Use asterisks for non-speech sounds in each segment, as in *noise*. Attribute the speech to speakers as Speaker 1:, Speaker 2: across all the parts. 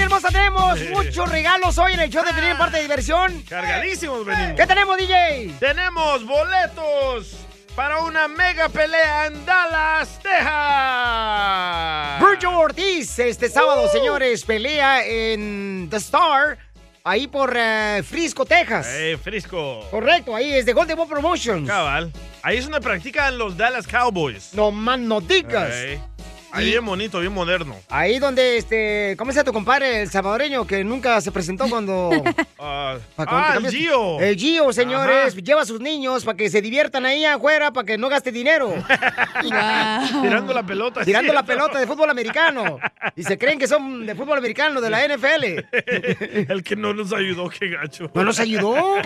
Speaker 1: hermosa, tenemos muchos regalos hoy en el show de Pelín en parte de diversión.
Speaker 2: Cargadísimos venimos.
Speaker 1: ¿Qué tenemos, DJ?
Speaker 2: Tenemos boletos para una mega pelea en Dallas, Texas.
Speaker 1: Virgil Ortiz, este sábado,
Speaker 2: Uh.
Speaker 1: señores, pelea en The Star, ahí por eh, Frisco, Texas.
Speaker 2: Eh, Frisco.
Speaker 1: Correcto, ahí es de Golden Boy Promotions.
Speaker 2: Cabal. Ahí es donde practican los Dallas Cowboys.
Speaker 1: No más no digas.
Speaker 2: Ey. Ahí bien bonito, bien moderno.
Speaker 1: Ahí donde, este, ¿cómo se llama tu compadre, el salvadoreño, que nunca se presentó
Speaker 2: *laughs*
Speaker 1: cuando...
Speaker 2: Ah,
Speaker 1: pa' cuando
Speaker 2: ah,
Speaker 1: te
Speaker 2: el
Speaker 1: cambias-
Speaker 2: Gio.
Speaker 1: El Gio, señores,
Speaker 2: Ajá.
Speaker 1: lleva a sus niños para que se diviertan ahí afuera, para que no gaste
Speaker 2: *laughs*
Speaker 1: dinero.
Speaker 2: Tirando la pelota.
Speaker 1: tirando la
Speaker 2: ¿cierto?
Speaker 1: pelota de fútbol americano. Y se creen que son de fútbol americano, de la NFL.
Speaker 2: *laughs* El que no nos ayudó, qué gacho.
Speaker 1: No nos
Speaker 2: *laughs*
Speaker 1: ayudó.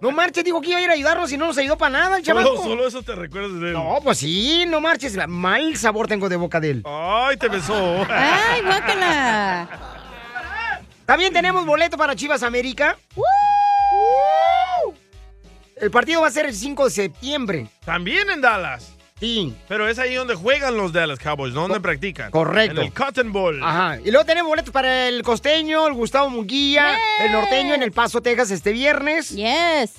Speaker 1: No marches, dijo que iba a ir a ayudarnos y no nos ayudó para nada el
Speaker 2: Solo,
Speaker 1: chamaco.
Speaker 2: solo eso te recuerdas de él.
Speaker 1: No, pues sí, no marches. Mal sabor tengo de boca de él.
Speaker 2: Ay, te besó.
Speaker 3: ¡Ay, guácala!
Speaker 1: También tenemos boleto para Chivas América. El partido va a ser el 5 de septiembre.
Speaker 2: También en Dallas.
Speaker 1: Sí.
Speaker 2: Pero es ahí donde juegan los Dallas Cowboys, no donde practican.
Speaker 1: correcto.
Speaker 2: En el Cotton Bowl.
Speaker 1: Ajá. Y luego tenemos boletos para el costeño, el Gustavo Munguía,
Speaker 3: Yes.
Speaker 1: el norteño en El Paso, Texas, este viernes.
Speaker 3: Yes.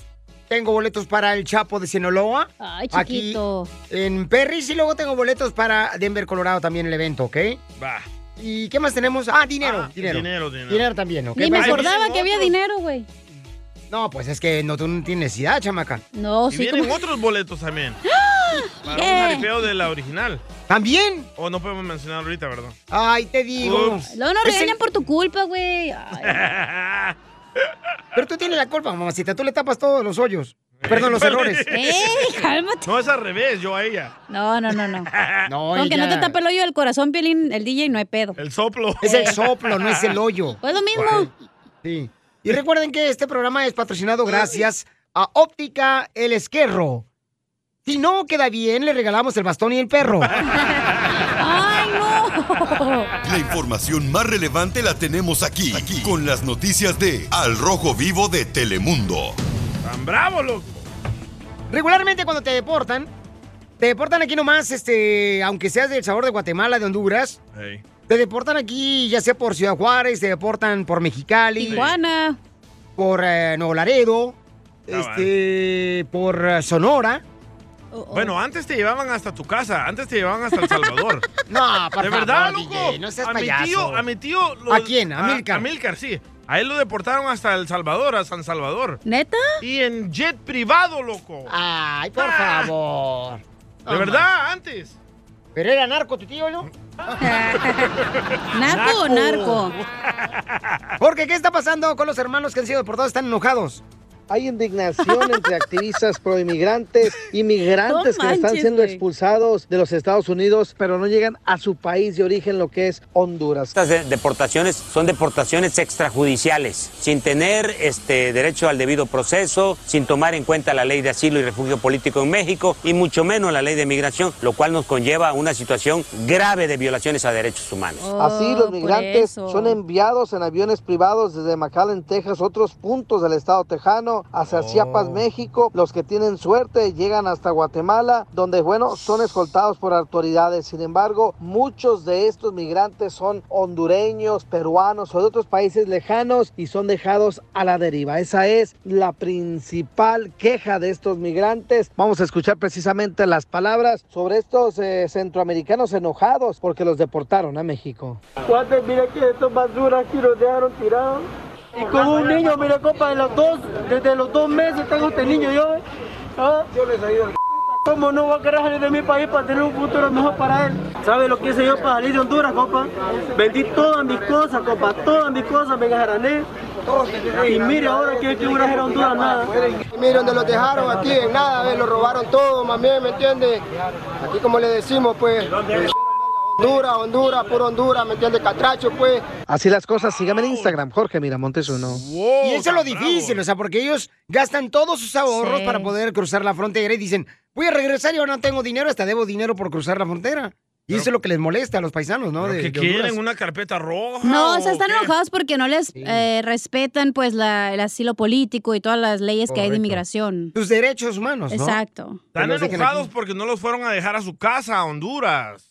Speaker 1: Tengo boletos para el Chapo de Sinaloa.
Speaker 3: Ay,
Speaker 1: aquí
Speaker 3: chiquito.
Speaker 1: en Perris. Y luego tengo boletos para Denver, Colorado también el evento, ¿ok?
Speaker 2: Va.
Speaker 1: ¿Y qué más tenemos? Ah, dinero.
Speaker 2: Ah,
Speaker 1: dinero.
Speaker 2: dinero, dinero.
Speaker 1: también, ¿ok?
Speaker 3: Ni me
Speaker 1: Para-
Speaker 2: acordé.
Speaker 3: acordaba
Speaker 2: vienen
Speaker 3: que había
Speaker 2: otros.
Speaker 3: dinero, güey.
Speaker 1: No, pues es que no, tú no tienes necesidad, chamaca.
Speaker 3: No,
Speaker 2: Y
Speaker 3: sí,
Speaker 2: vienen
Speaker 3: como... *gasps* ¡Ah!
Speaker 2: otros boletos también. Para
Speaker 3: ¿Qué?
Speaker 2: un jaripeo de la original.
Speaker 1: ¿También?
Speaker 2: O no podemos mencionar ahorita, ¿verdad?
Speaker 1: Ay, te digo.
Speaker 2: Ups.
Speaker 3: Luego nos
Speaker 1: Ese-
Speaker 3: regañan por tu culpa, güey. Ah,
Speaker 1: *laughs*
Speaker 3: Ay.
Speaker 1: Pero tú tienes la culpa, mamacita. Tú le tapas todos los hoyos. Perdón, los
Speaker 2: vale.
Speaker 1: errores.
Speaker 3: ¡Ey, cálmate!
Speaker 2: No, es al revés, yo a ella.
Speaker 3: No, no, no,
Speaker 1: *laughs*
Speaker 3: no.
Speaker 1: No,
Speaker 3: Aunque no te
Speaker 1: ella-
Speaker 3: tape el hoyo del corazón, Piolín, el DJ no hay pedo. Eh.
Speaker 2: El soplo.
Speaker 1: Es el soplo, no es el
Speaker 3: *laughs*
Speaker 1: hoyo.
Speaker 3: Pues lo mismo.
Speaker 1: Sí. Y recuerden que este programa es patrocinado gracias a Óptica El Esquerro. Si no queda bien, le regalamos el bastón y el perro.
Speaker 3: *laughs* ¡Ay, no!
Speaker 4: La información más relevante la tenemos aquí, aquí, con las noticias de Al Rojo Vivo de Telemundo.
Speaker 2: Tan bravo, loco.
Speaker 1: Regularmente cuando te deportan, te deportan aquí nomás, este, aunque seas del sabor de Guatemala, de Honduras,
Speaker 2: Ey.
Speaker 1: te deportan aquí, ya sea por Ciudad Juárez, te deportan por Mexicali,
Speaker 3: Tijuana.
Speaker 1: por eh, Nuevo Laredo,
Speaker 2: Cabal.
Speaker 1: este, por eh, Sonora.
Speaker 3: Oh, oh.
Speaker 2: Bueno, antes te llevaban hasta tu casa, antes te llevaban hasta El Salvador.
Speaker 1: *laughs* No, por
Speaker 2: ¿De verdad,
Speaker 1: favor,
Speaker 2: loco?
Speaker 1: DJ, no seas
Speaker 2: a
Speaker 1: payaso.
Speaker 2: Mi tío, a mi tío... lo-
Speaker 1: ¿A quién? ¿A Amílcar?
Speaker 2: A Amílcar, sí. A él lo deportaron hasta El Salvador, a San Salvador.
Speaker 3: ¿Neta?
Speaker 2: Y en jet privado, loco.
Speaker 1: Ay, por
Speaker 2: Ah.
Speaker 1: favor.
Speaker 2: De verdad, antes.
Speaker 1: Pero era narco tu tío, ¿no?
Speaker 3: ¿Narco o
Speaker 1: *laughs*
Speaker 3: narco?
Speaker 1: Porque, ¿qué está pasando con los hermanos que han sido deportados? Están enojados.
Speaker 5: Hay
Speaker 3: *laughs*
Speaker 5: indignación entre activistas proinmigrantes, inmigrantes
Speaker 3: No
Speaker 5: que están
Speaker 3: manches,
Speaker 5: siendo
Speaker 3: güey.
Speaker 5: expulsados de los Estados Unidos, pero no llegan a su país de origen, lo que es Honduras.
Speaker 6: Estas de- deportaciones son deportaciones extrajudiciales, sin tener este derecho al debido proceso, sin tomar en cuenta la ley de asilo y refugio político en México y mucho menos la ley de migración, lo cual nos conlleva a una situación grave de violaciones a derechos humanos.
Speaker 5: Así,
Speaker 3: Oh,
Speaker 5: los
Speaker 3: por
Speaker 5: migrantes
Speaker 3: eso.
Speaker 5: son enviados en aviones privados desde McAllen, Texas, otros puntos del estado tejano, hacia
Speaker 2: Oh.
Speaker 5: Chiapas, México. Los que tienen suerte llegan hasta Guatemala, donde, bueno, son escoltados por autoridades. Sin embargo, muchos de estos migrantes son hondureños, peruanos o de otros países lejanos y son dejados a la deriva. Esa es la principal queja de estos migrantes. Vamos a escuchar precisamente las palabras sobre estos eh, centroamericanos enojados porque los deportaron a México.
Speaker 7: Cuate, mira que estos basuras aquí los dejaron tirados. Y con un niño, mira compa, de los dos, desde los dos meses tengo este niño yo. Yo les ayudo. ¿Cómo no voy a querer salir de mi país para tener un futuro mejor para él? ¿Sabes lo que hice yo para salir de Honduras, compa? Vendí todas mis cosas, compa, todas mis cosas, me garané. Y mire ahora que que hubiera sido Honduras nada.
Speaker 8: Mire donde los dejaron aquí, en nada, ve, lo robaron todo, mami, ¿me entiende? Aquí como le decimos, pues, Honduras, Honduras, puro Honduras, ¿me entiende? Catracho, pues.
Speaker 5: Así las cosas, sígame en Instagram, Jorge Miramontes uno.
Speaker 2: Wow,
Speaker 1: y eso es lo
Speaker 2: tan
Speaker 1: difícil,
Speaker 2: bravo.
Speaker 1: o sea, porque ellos gastan todos sus ahorros
Speaker 3: Sí.
Speaker 1: para poder cruzar la frontera y dicen, voy a regresar y ahora no tengo dinero, hasta debo dinero por cruzar la frontera. Y eso es lo que les molesta a los paisanos, ¿no?
Speaker 2: ¿Pero
Speaker 1: De- de
Speaker 2: ¿Qué quieren?
Speaker 1: Honduras.
Speaker 2: ¿Una carpeta roja?
Speaker 3: No, o
Speaker 2: o
Speaker 3: sea, están
Speaker 2: qué?
Speaker 3: enojados porque no les eh, respetan pues la- el asilo político y todas las leyes que hay de
Speaker 1: Correcto.
Speaker 3: inmigración.
Speaker 1: Tus derechos humanos, ¿no?
Speaker 3: Exacto.
Speaker 1: Que
Speaker 2: Están
Speaker 1: los dejen
Speaker 2: enojados
Speaker 1: aquí.
Speaker 2: porque no los fueron a dejar a su casa, a Honduras.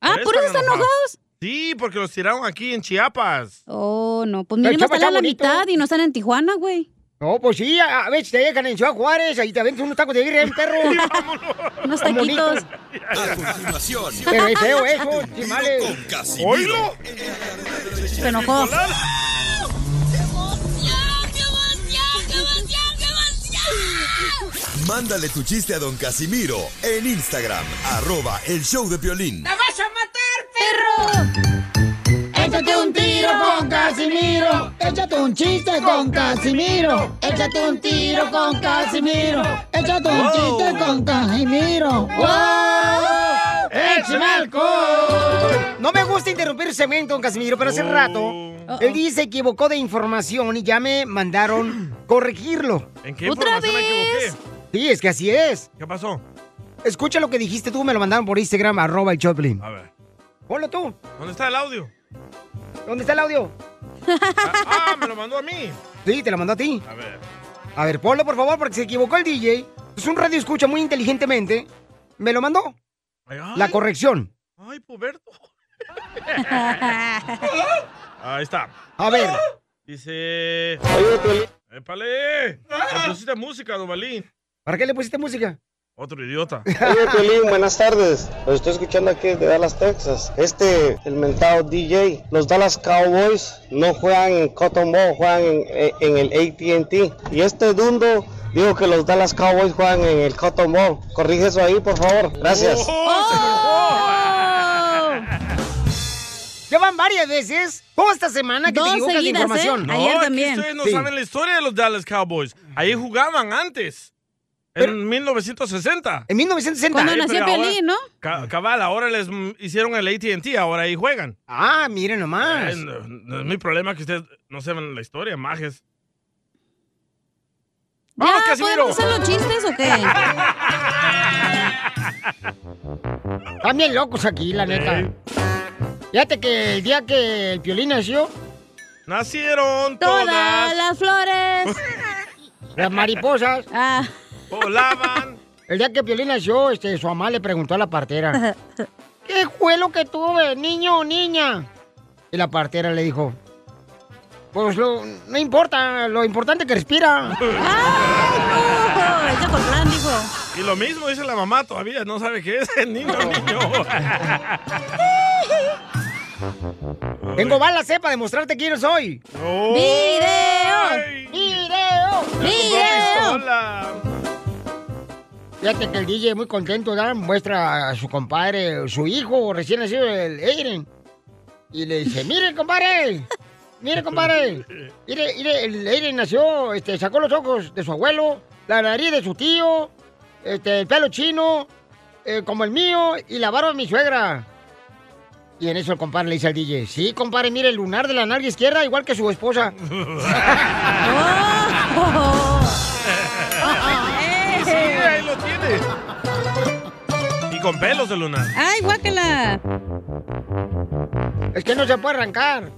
Speaker 3: Ah,
Speaker 2: Por
Speaker 3: por eso están enojados.
Speaker 2: Sí, porque los tiraron aquí en Chiapas.
Speaker 3: Oh, no. Pues
Speaker 1: Pero
Speaker 3: mínimo
Speaker 1: Chiapas
Speaker 3: están a
Speaker 1: está
Speaker 3: la
Speaker 1: bonito.
Speaker 3: mitad y no están en Tijuana, güey.
Speaker 1: No, pues sí, a, a veces te dejan en Ciudad Juárez, ahí te aventas unos tacos de birria, un
Speaker 2: *laughs*
Speaker 1: perro.
Speaker 3: Unos
Speaker 1: Tan bonito.
Speaker 3: taquitos.
Speaker 4: A continuación,
Speaker 1: Pero es feo eso,
Speaker 4: un tiro
Speaker 1: chimales.
Speaker 4: con Casimiro.
Speaker 2: ¡Oílo!
Speaker 3: Se enojó.
Speaker 4: Mándale tu chiste a don Casimiro en Instagram, arroba el show de Piolín.
Speaker 1: Échate un tiro con Casimiro. Échate un chiste con Casimiro. Échate un tiro con Casimiro. Échate un chiste con Casimiro. ¡Wow! ¡Échame alcohol! No me gusta interrumpir el segmento, don Casimiro, pero hace rato
Speaker 2: Oh.
Speaker 3: Uh-oh.
Speaker 1: él dice se equivocó de información y ya me
Speaker 2: *clears throat*
Speaker 1: mandaron corregirlo.
Speaker 2: ¿En qué
Speaker 3: ¡Otra
Speaker 2: información me
Speaker 3: vez!
Speaker 2: equivoqué?
Speaker 1: Sí, es que así es.
Speaker 2: ¿Qué pasó?
Speaker 1: Escucha lo que dijiste tú, me lo mandaron por Instagram, arroba el Choplin.
Speaker 2: A ver,
Speaker 1: Ponlo tú.
Speaker 2: ¿dónde está el audio?
Speaker 1: ¿Dónde está el audio?
Speaker 2: Ah, ah, me lo mandó a mí.
Speaker 1: Sí, te lo mandó a ti.
Speaker 2: A ver.
Speaker 1: A ver, ponlo por favor, porque se equivocó el DJ. Es un radio escucha muy inteligentemente. Me lo mandó.
Speaker 2: Ay,
Speaker 1: La corrección.
Speaker 2: Ay,
Speaker 3: *laughs*
Speaker 2: Puberto. Ahí está.
Speaker 1: A ver.
Speaker 2: Dice. ¡Épale! Le pusiste música, Dobalín.
Speaker 1: ¿Para qué le pusiste música? *laughs*
Speaker 2: Otro idiota.
Speaker 9: Oye, Piolín, buenas tardes. Los estoy escuchando aquí de Dallas, Texas. Este, el mentado DJ, los Dallas Cowboys no juegan en Cotton Bowl, juegan en, eh, en el ATT. Y este Dundo dijo que los Dallas Cowboys juegan en el Cotton Bowl. Corrige eso ahí, por favor. Gracias.
Speaker 10: Oh,
Speaker 1: Oh.
Speaker 2: Oh,
Speaker 1: Ya van varias veces. Toda esta semana que
Speaker 3: *laughs*
Speaker 1: te
Speaker 3: Dos
Speaker 1: equivocas de
Speaker 3: seguidas, ¿eh?
Speaker 1: información.
Speaker 2: No,
Speaker 3: Ayer
Speaker 2: es que
Speaker 3: también.
Speaker 2: ustedes no
Speaker 1: Sí.
Speaker 2: saben la historia de los Dallas Cowboys. Ahí jugaban antes.
Speaker 1: Pero-
Speaker 2: en 1960.
Speaker 1: En 1960.
Speaker 3: Cuando
Speaker 2: Ay, pero
Speaker 3: nació
Speaker 2: ahora-
Speaker 3: Pelín, ¿no?
Speaker 2: Ca- cabal, ahora les mm, hicieron el ATT, ahora ahí juegan.
Speaker 1: Ah, miren nomás.
Speaker 2: Ay, no, no es mi problema que ustedes no sepan la historia, majes. ¡Vamos,
Speaker 3: ya,
Speaker 2: Casimiro!
Speaker 3: ¿podemos hacer los chistes
Speaker 2: *laughs*
Speaker 3: o qué?
Speaker 1: Están bien locos aquí, la neta. Fíjate que el día que el piolín nació,
Speaker 2: Nacieron
Speaker 3: Todas
Speaker 2: todas,
Speaker 3: las flores.
Speaker 1: *laughs* las mariposas,
Speaker 3: Ah,
Speaker 2: volaban.
Speaker 1: el día que el piolín nació, este, su mamá le preguntó a la partera: ¿Qué fue lo que tuve, niño o niña? Y la partera le dijo: Pues lo- no importa, lo importante es
Speaker 2: *laughs*
Speaker 1: que respira.
Speaker 3: ¡Ay, no! Ese Coltrán dijo.
Speaker 2: Y lo mismo dice la mamá todavía, no sabe qué es
Speaker 3: *laughs*
Speaker 2: el niño, niño.
Speaker 1: Tengo balas, eh, para demostrarte quién soy.
Speaker 2: No.
Speaker 3: ¡Video!
Speaker 2: Oh. Ay,
Speaker 1: ¡Video!
Speaker 3: ¡Video!
Speaker 2: hola.
Speaker 1: Fíjate que el DJ muy contento, ¿verdad? Muestra a su compadre, su hijo recién nacido, el Adrian. Y le dice, mire, compadre, mire,
Speaker 3: *laughs*
Speaker 1: compadre. Mire, mire, el Adrian nació, este, sacó los ojos de su abuelo, la nariz de su tío, este, el pelo chino, eh, como el mío, y la barba de mi suegra. Y en eso el compadre le dice al DJ, sí, compadre, mire, el lunar de la nalga izquierda, igual que su esposa. *laughs*
Speaker 2: Sí, ahí lo tiene.
Speaker 3: *laughs*
Speaker 2: Y con pelos de luna.
Speaker 3: ¡Ay, guácala!
Speaker 1: Es que no se puede arrancar.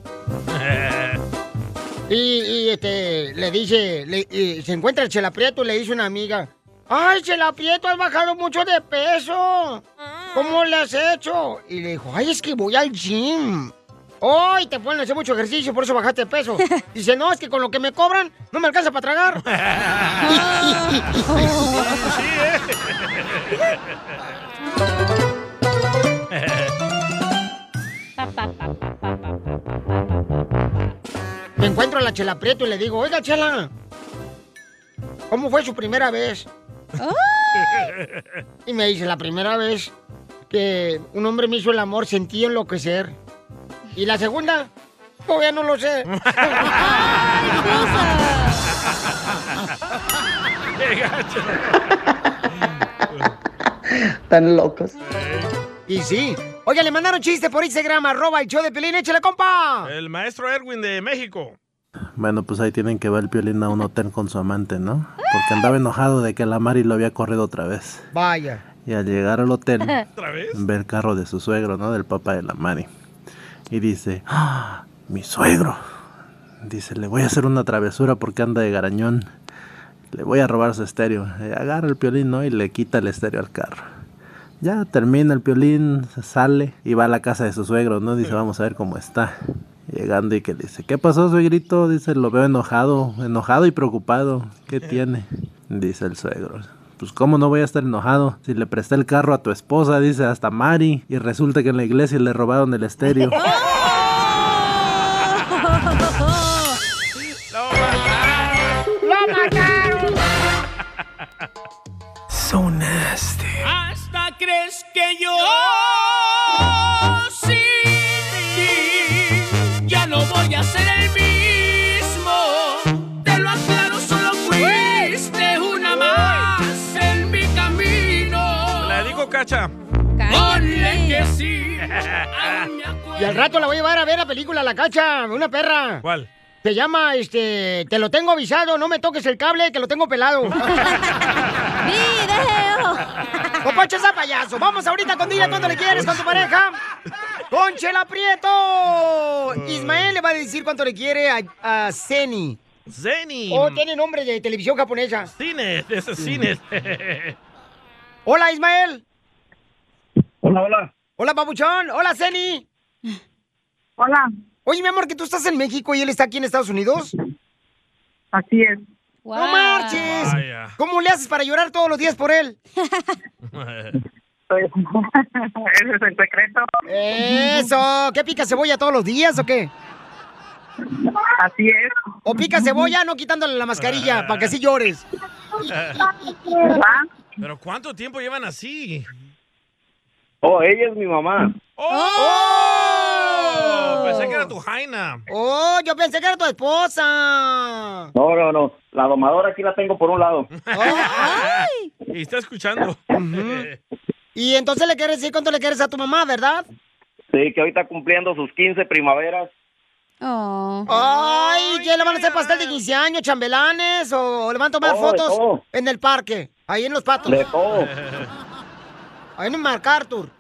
Speaker 1: Y, y, este, le dice, le- y se encuentra el Chelaprieto y le dice una amiga, ¡Ay, Chelaprieto, has bajado mucho de peso! ¿Cómo le has hecho? Y le dijo, ¡Ay, es que voy al gym! ¡Ay, te ponen a hacer mucho ejercicio, por eso bajaste de peso! Dice, no, es que con lo que me cobran, no me alcanza para tragar. Me encuentro a la Chelaprieto y le digo, oiga, Chela, ¿cómo fue su primera vez? Y me dice, la primera vez que un hombre me hizo el amor, sentí enloquecer. Y la segunda, todavía no lo sé. *laughs*
Speaker 2: Qué gacho.
Speaker 9: Están locos.
Speaker 1: Y sí. Oiga, le mandaron chiste por Instagram, arroba el show de Pelín, échale, compa.
Speaker 2: El maestro Erwin de México.
Speaker 11: Bueno, pues ahí tienen que ver el violín a un hotel con su amante, ¿no? Porque andaba enojado de que la Mari lo había corrido otra vez.
Speaker 1: Vaya.
Speaker 11: Y al llegar al hotel,
Speaker 1: *laughs*
Speaker 2: *laughs* ¿Otra vez?
Speaker 11: ve el carro de su suegro, ¿no? Del papá de la Mari. Y dice, ¡Ah! ¡Mi suegro! Dice, le voy a hacer una travesura porque anda de garañón. Le voy a robar su estéreo. Eh, Agarra el violín, ¿no? Y le quita el estéreo al carro. Ya termina el piolín, se sale y va a la casa de su suegro, ¿no? Dice, vamos a ver cómo está. Llegando y que dice, ¿qué pasó, suegrito? Dice, lo veo enojado, enojado y preocupado. ¿Qué tiene? Dice el suegro. Pues cómo no voy a estar enojado si le presté el carro a tu esposa, dice hasta Mari, y resulta que en la iglesia le robaron el
Speaker 1: *laughs*
Speaker 12: *laughs*
Speaker 11: estéreo.
Speaker 12: ¡Oh!
Speaker 1: ¡Lo mataron!
Speaker 13: So nasty.
Speaker 12: Hasta crees que yo sin ti ya no voy a ser el mismo. Te lo aclaro, solo fuiste una más en mi camino.
Speaker 2: La digo, cacha.
Speaker 12: Ponle que sí. aún me acuerdo.
Speaker 1: Y al rato la voy a llevar a ver la película La Cacha, una perra.
Speaker 2: ¿Cuál?
Speaker 1: Se llama, este, te lo tengo avisado, no me toques el cable, que lo tengo pelado.
Speaker 2: *laughs*
Speaker 1: ¡Video! ¡Copacho esa payaso! Vamos ahorita con Dile cuánto le quieres con tu pareja. ¡Con Chela Prieto! Ismael le va a decir cuánto le quiere a, a Zeni.
Speaker 2: Zeni.
Speaker 1: Oh, tiene nombre de televisión japonesa.
Speaker 2: Cines, de esos cines.
Speaker 1: Hola, Ismael.
Speaker 10: Hola, hola.
Speaker 1: Hola, papuchón. Hola, Zeni.
Speaker 10: Hola.
Speaker 1: Oye, mi amor, que tú estás en México y él está aquí en Estados Unidos.
Speaker 10: Así es.
Speaker 1: ¡No marches!
Speaker 10: Vaya.
Speaker 1: ¿Cómo le haces para llorar todos los días por
Speaker 10: *laughs*
Speaker 1: él?
Speaker 10: Pues, ese es el secreto.
Speaker 1: Eso, ¿qué pica cebolla todos los días o qué?
Speaker 10: Así es.
Speaker 1: O pica cebolla no quitándole la mascarilla para que así llores.
Speaker 2: Pero ¿cuánto tiempo llevan así?
Speaker 9: Oh, ella es mi mamá.
Speaker 2: ¡Oh! Pensé que era tu jaina.
Speaker 1: Oh, yo pensé que era tu esposa.
Speaker 10: No, no, no. La domadora aquí la tengo por un lado.
Speaker 2: *laughs* Y está escuchando.
Speaker 1: Y entonces le quieres decir cuánto le quieres a tu mamá, ¿verdad?
Speaker 10: Sí, que ahorita cumpliendo sus 15 primaveras.
Speaker 1: Ay, ¿qué le van a hacer pastel de 15 años, chambelanes? ¿O le van a tomar
Speaker 10: Oh,
Speaker 1: fotos
Speaker 10: oh.
Speaker 1: en el parque? Ahí en los patos.
Speaker 10: De todo.
Speaker 1: Ahí en MacArthur.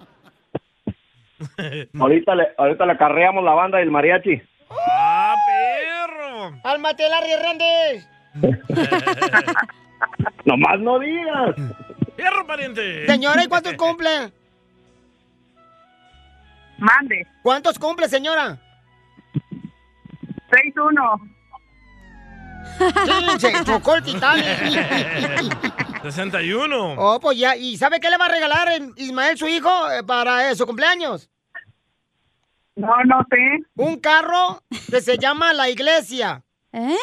Speaker 10: Ahorita le, ahorita le acarreamos la banda del mariachi.
Speaker 2: ¡Ah, perro!
Speaker 1: ¡Álmate, Larry Hernández!
Speaker 10: *laughs* Nomás no digas.
Speaker 2: ¡Perro, pariente! *laughs*
Speaker 1: Señora, ¿y cuántos cumple?
Speaker 10: Mande.
Speaker 1: ¿Cuántos cumple, señora?
Speaker 10: 6-1.
Speaker 1: Sí, se chocó el Titanic.
Speaker 2: 61.
Speaker 1: Oh, pues ya. ¿Y sabe qué le va a regalar eh, Ismael su hijo eh, para eh, su cumpleaños?
Speaker 10: No, no sé.
Speaker 1: Un carro que se llama La Iglesia. ¿Eh?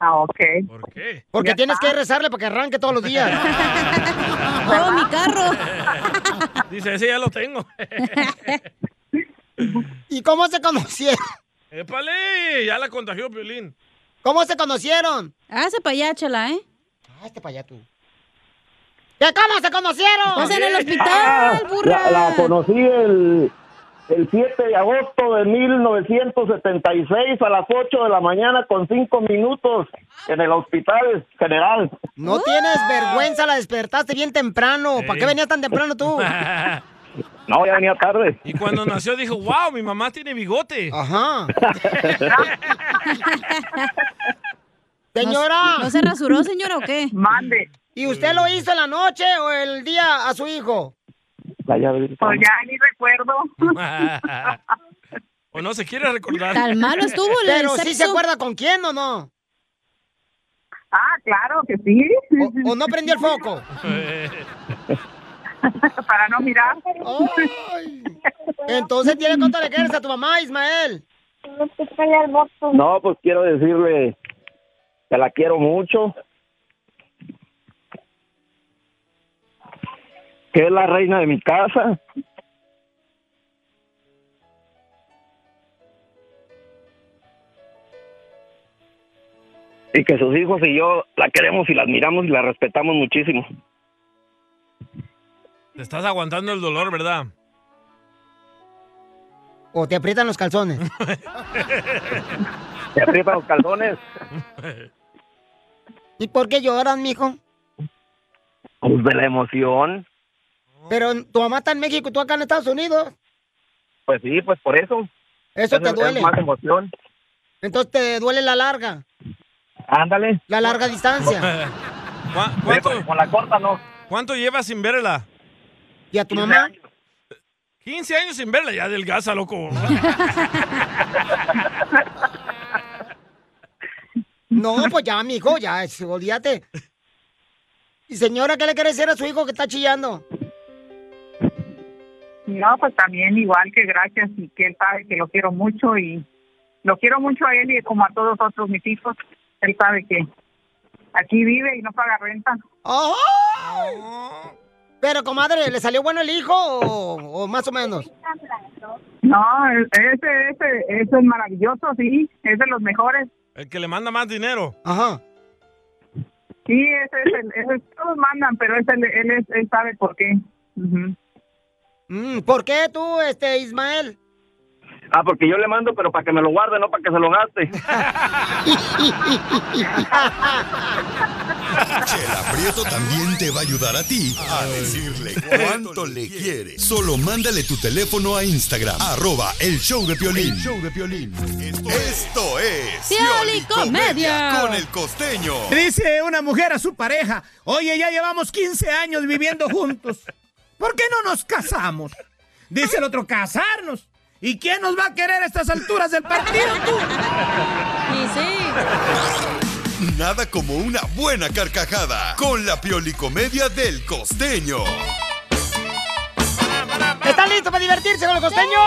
Speaker 10: Ah, ok.
Speaker 2: ¿Por qué?
Speaker 1: Porque
Speaker 10: Ya
Speaker 1: tienes
Speaker 10: está.
Speaker 1: que rezarle para que arranque todos los días.
Speaker 3: ¡Oh, mi carro!
Speaker 2: *laughs* Dice, ese ya lo tengo.
Speaker 1: *laughs* ¿Y cómo se conocieron?
Speaker 2: ¡Épale! Ya la contagió Piolín.
Speaker 1: ¿Cómo se conocieron?
Speaker 3: Hazte para allá, chela, Ah, ¿eh?
Speaker 1: Hazte Ah, este para allá tú. ¿De cómo se conocieron?
Speaker 3: Pues en el hospital, burra.
Speaker 10: La, la conocí el, el 7 de agosto de 1976 a las 8 de la mañana con 5 minutos en el hospital general.
Speaker 1: No tienes vergüenza, la despertaste bien temprano. ¿Para qué venías tan temprano
Speaker 3: *laughs*
Speaker 1: tú?
Speaker 2: *laughs*
Speaker 10: No, ya venía tarde.
Speaker 2: Y cuando nació dijo, wow, mi mamá tiene bigote.
Speaker 1: Ajá. Señora.
Speaker 3: ¿No se rasuró, señora, o qué?
Speaker 10: Mande.
Speaker 1: ¿Y usted lo hizo en la noche o el día a su hijo?
Speaker 10: La llave del-
Speaker 2: Pues
Speaker 10: *laughs* ya ni recuerdo.
Speaker 2: *laughs* o no se quiere recordar. *laughs*
Speaker 1: Pero sí se acuerda con quién o no.
Speaker 10: Ah, claro que sí.
Speaker 1: O, o no prendió el foco.
Speaker 10: *laughs* Para no mirar.
Speaker 1: Ay. Entonces, ¿tiene cuánto le quieres a tu mamá, Ismael?
Speaker 10: No, pues quiero decirle que la quiero mucho. Que es la reina de mi casa. Y que sus hijos y yo la queremos y la admiramos y la respetamos muchísimo.
Speaker 2: Te estás aguantando el dolor,
Speaker 3: *laughs*
Speaker 2: ¿verdad?
Speaker 1: ¿O te aprietan los calzones?
Speaker 13: *laughs*
Speaker 10: Te aprietan los calzones.
Speaker 1: ¿Y por qué lloran, mijo?
Speaker 10: Pues de la emoción.
Speaker 1: Pero tu mamá está en México y tú acá en Estados Unidos.
Speaker 10: Pues sí, pues por eso.
Speaker 1: Eso
Speaker 10: Es-
Speaker 1: te
Speaker 10: es
Speaker 1: duele.
Speaker 10: más emoción.
Speaker 1: Entonces te duele la larga,
Speaker 10: Ándale.
Speaker 1: la larga
Speaker 13: *laughs*
Speaker 1: distancia.
Speaker 2: *laughs* ¿Cuá- ¿Cuánto,
Speaker 10: Con la corta no.
Speaker 2: ¿Cuánto llevas sin verla?
Speaker 1: ¿Y a tu mamá?
Speaker 14: 15 años sin verla, ya delgaza,
Speaker 1: *laughs*
Speaker 14: loco.
Speaker 1: No, pues ya, mijo, ya, es- olvídate. Y señora, ¿qué le quiere decir a su hijo que está chillando?
Speaker 13: No, pues también igual que gracias y que él sabe que lo quiero mucho y lo quiero mucho a él y como a todos otros mis hijos. Él sabe que aquí vive y no paga renta.
Speaker 1: Pero, comadre, ¿le salió bueno el hijo o, o más o menos?
Speaker 13: No, ese, ese, ese es maravilloso, sí, es de los mejores.
Speaker 14: El que le manda más dinero.
Speaker 1: Ajá.
Speaker 13: Sí, ese es el, ese es- todos mandan, pero ese, él, él, es- él sabe por qué.
Speaker 1: Mm, ¿Por qué tú, este, Ismael?
Speaker 10: Ah, porque yo le mando, pero para que me lo guarde, no para que se
Speaker 1: *laughs*
Speaker 10: lo gaste.
Speaker 4: Chela Prieto también te va a ayudar a ti a decirle cuánto le quiere. Solo mándale tu teléfono a Instagram, arroba el show de Piolín.
Speaker 5: El
Speaker 4: show de Esto es
Speaker 15: Piolicomedia.
Speaker 4: con el costeño.
Speaker 15: Dice una mujer a su pareja, oye, ya llevamos 15 años viviendo juntos. ¿Por qué no nos casamos? Dice el otro, casarnos. ¿Y quién nos va a querer a estas alturas del partido tú? Y sí.
Speaker 4: Nada como una buena carcajada con la piolicomedia del costeño.
Speaker 1: ¿Están listos para divertirse con el costeño?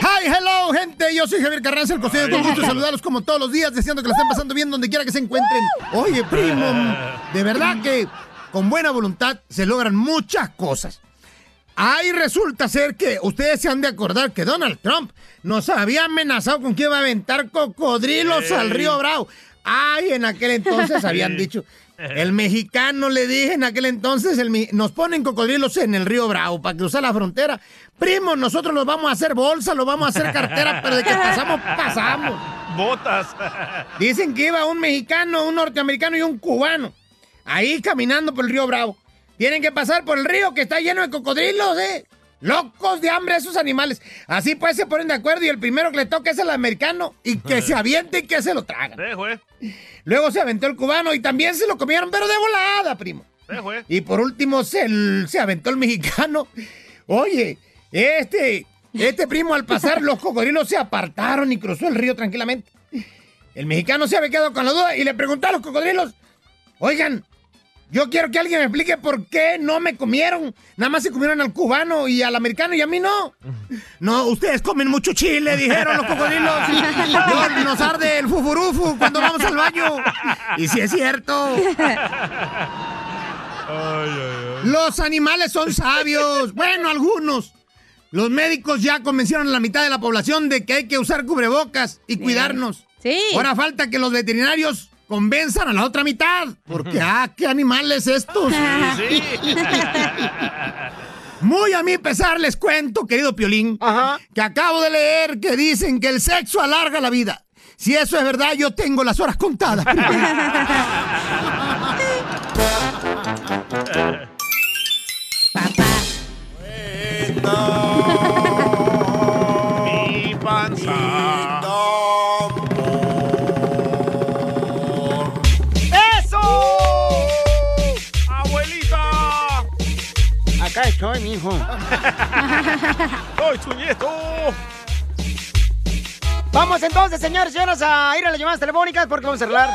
Speaker 15: Hi, hello, gente. Yo soy Javier Carranza, el costeño. Con gusto
Speaker 5: Ay.
Speaker 15: saludarlos como todos los días, deseando que la estén pasando bien donde quiera que se encuentren. Oye, primo, de verdad que con buena voluntad se logran muchas cosas. Ahí resulta ser que ustedes se han de acordar que Donald Trump nos había amenazado con que iba a aventar cocodrilos
Speaker 5: Ey.
Speaker 15: al río Bravo. Ay, en aquel entonces habían
Speaker 5: Sí.
Speaker 15: dicho, el mexicano le dije en aquel entonces, el mi- nos ponen cocodrilos en el río Bravo para cruzar la frontera. Primo, nosotros los vamos a hacer bolsa, los vamos a hacer cartera, pero de que pasamos, pasamos.
Speaker 14: Botas.
Speaker 15: Dicen que iba un mexicano, un norteamericano y un cubano. Ahí caminando por el río Bravo. Tienen que pasar por el río que está lleno de cocodrilos, ¿eh? Locos de hambre esos animales. Así pues se ponen de acuerdo y el primero que le toca es el americano y que se aviente y que se lo traga.
Speaker 14: Dejo, eh.
Speaker 15: Luego se aventó el cubano y también se lo comieron, pero de volada, primo.
Speaker 14: Dejo, eh.
Speaker 15: Y por último se, se aventó el mexicano. Oye, este, este primo al pasar los cocodrilos se apartaron y cruzó el río tranquilamente. El mexicano se había quedado con la duda y le preguntó a los cocodrilos, oigan, yo quiero que alguien me explique por qué no me comieron. Nada más se comieron al cubano y al americano y a mí no. No, ustedes comen mucho chile, dijeron los *laughs* cocodrilos. Yo- nos arde el fufurufu cuando vamos al baño. Y si es cierto. Los animales son sabios. Bueno, algunos. Los médicos ya convencieron a la mitad de la población de que hay que usar cubrebocas y cuidarnos.
Speaker 3: Sí.
Speaker 15: Ahora falta que los veterinarios convenzan a la otra mitad. Porque, ah, qué animales estos. *laughs* Muy a mi pesar les cuento, querido Piolín, que acabo de leer que dicen que el sexo alarga la vida. Si eso es verdad, yo tengo las horas contadas.
Speaker 14: Mi panza.
Speaker 1: ¡Eso!
Speaker 14: ¡Abuelita!
Speaker 1: Acá estoy, mijo.
Speaker 2: *laughs*
Speaker 14: ¡Soy tu nieto!
Speaker 1: Vamos entonces, señores y señoras, a ir a las llamadas telefónicas porque vamos a arreglar.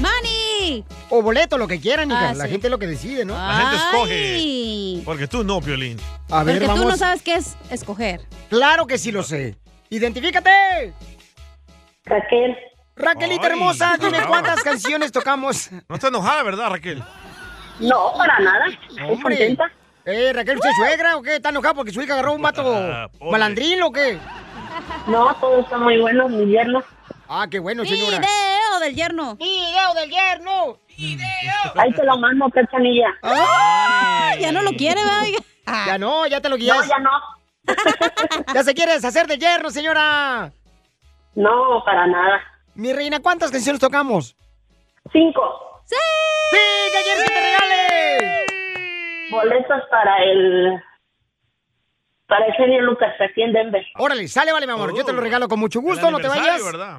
Speaker 3: ¡Money!
Speaker 1: O boleto, lo que quieran, hija.
Speaker 3: Ah,
Speaker 1: La
Speaker 3: sí.
Speaker 1: gente es lo que decide, ¿no?
Speaker 14: La gente
Speaker 3: Ay.
Speaker 14: escoge. Porque tú no, Piolín.
Speaker 1: A ver,
Speaker 3: Porque tú
Speaker 1: vamos.
Speaker 3: no sabes qué es escoger.
Speaker 1: Claro que sí lo sé. ¡Identifícate! Raquel. Raquelita
Speaker 14: Ay.
Speaker 1: hermosa, dime cuántas canciones tocamos.
Speaker 14: No está enojada, ¿verdad, Raquel?
Speaker 1: No,
Speaker 14: para nada. Estoy contenta.
Speaker 1: Eh, Raquel, ¿usted es suegra o qué? ¿Está enojada porque su hija agarró un vato
Speaker 14: Ah, pobre.
Speaker 1: malandrín o qué? No, todo está muy bueno, mi yerno. Ah, qué bueno, señora.
Speaker 3: ¡Video del yerno!
Speaker 1: ¡Video del yerno!
Speaker 13: Ahí te lo mando, cachanilla.
Speaker 1: Ah, ¡Ay!
Speaker 3: Ah, Ya no lo quiere,
Speaker 1: ¿verdad? Ya no, ya te lo guías. No, ya no. *laughs* ya se quiere deshacer de yerno, señora. No, para nada. Mi reina, ¿cuántas canciones tocamos? Cinco.
Speaker 3: ¡Sí!
Speaker 1: ¡Sí, que ayer se te regale!
Speaker 16: boletos para el para el genio Lucas aquí en Denver.
Speaker 1: Órale, sale, vale, mi amor. Yo te lo regalo con mucho gusto, no te vayas.
Speaker 14: aniversario,
Speaker 2: *laughs*
Speaker 14: ¿verdad?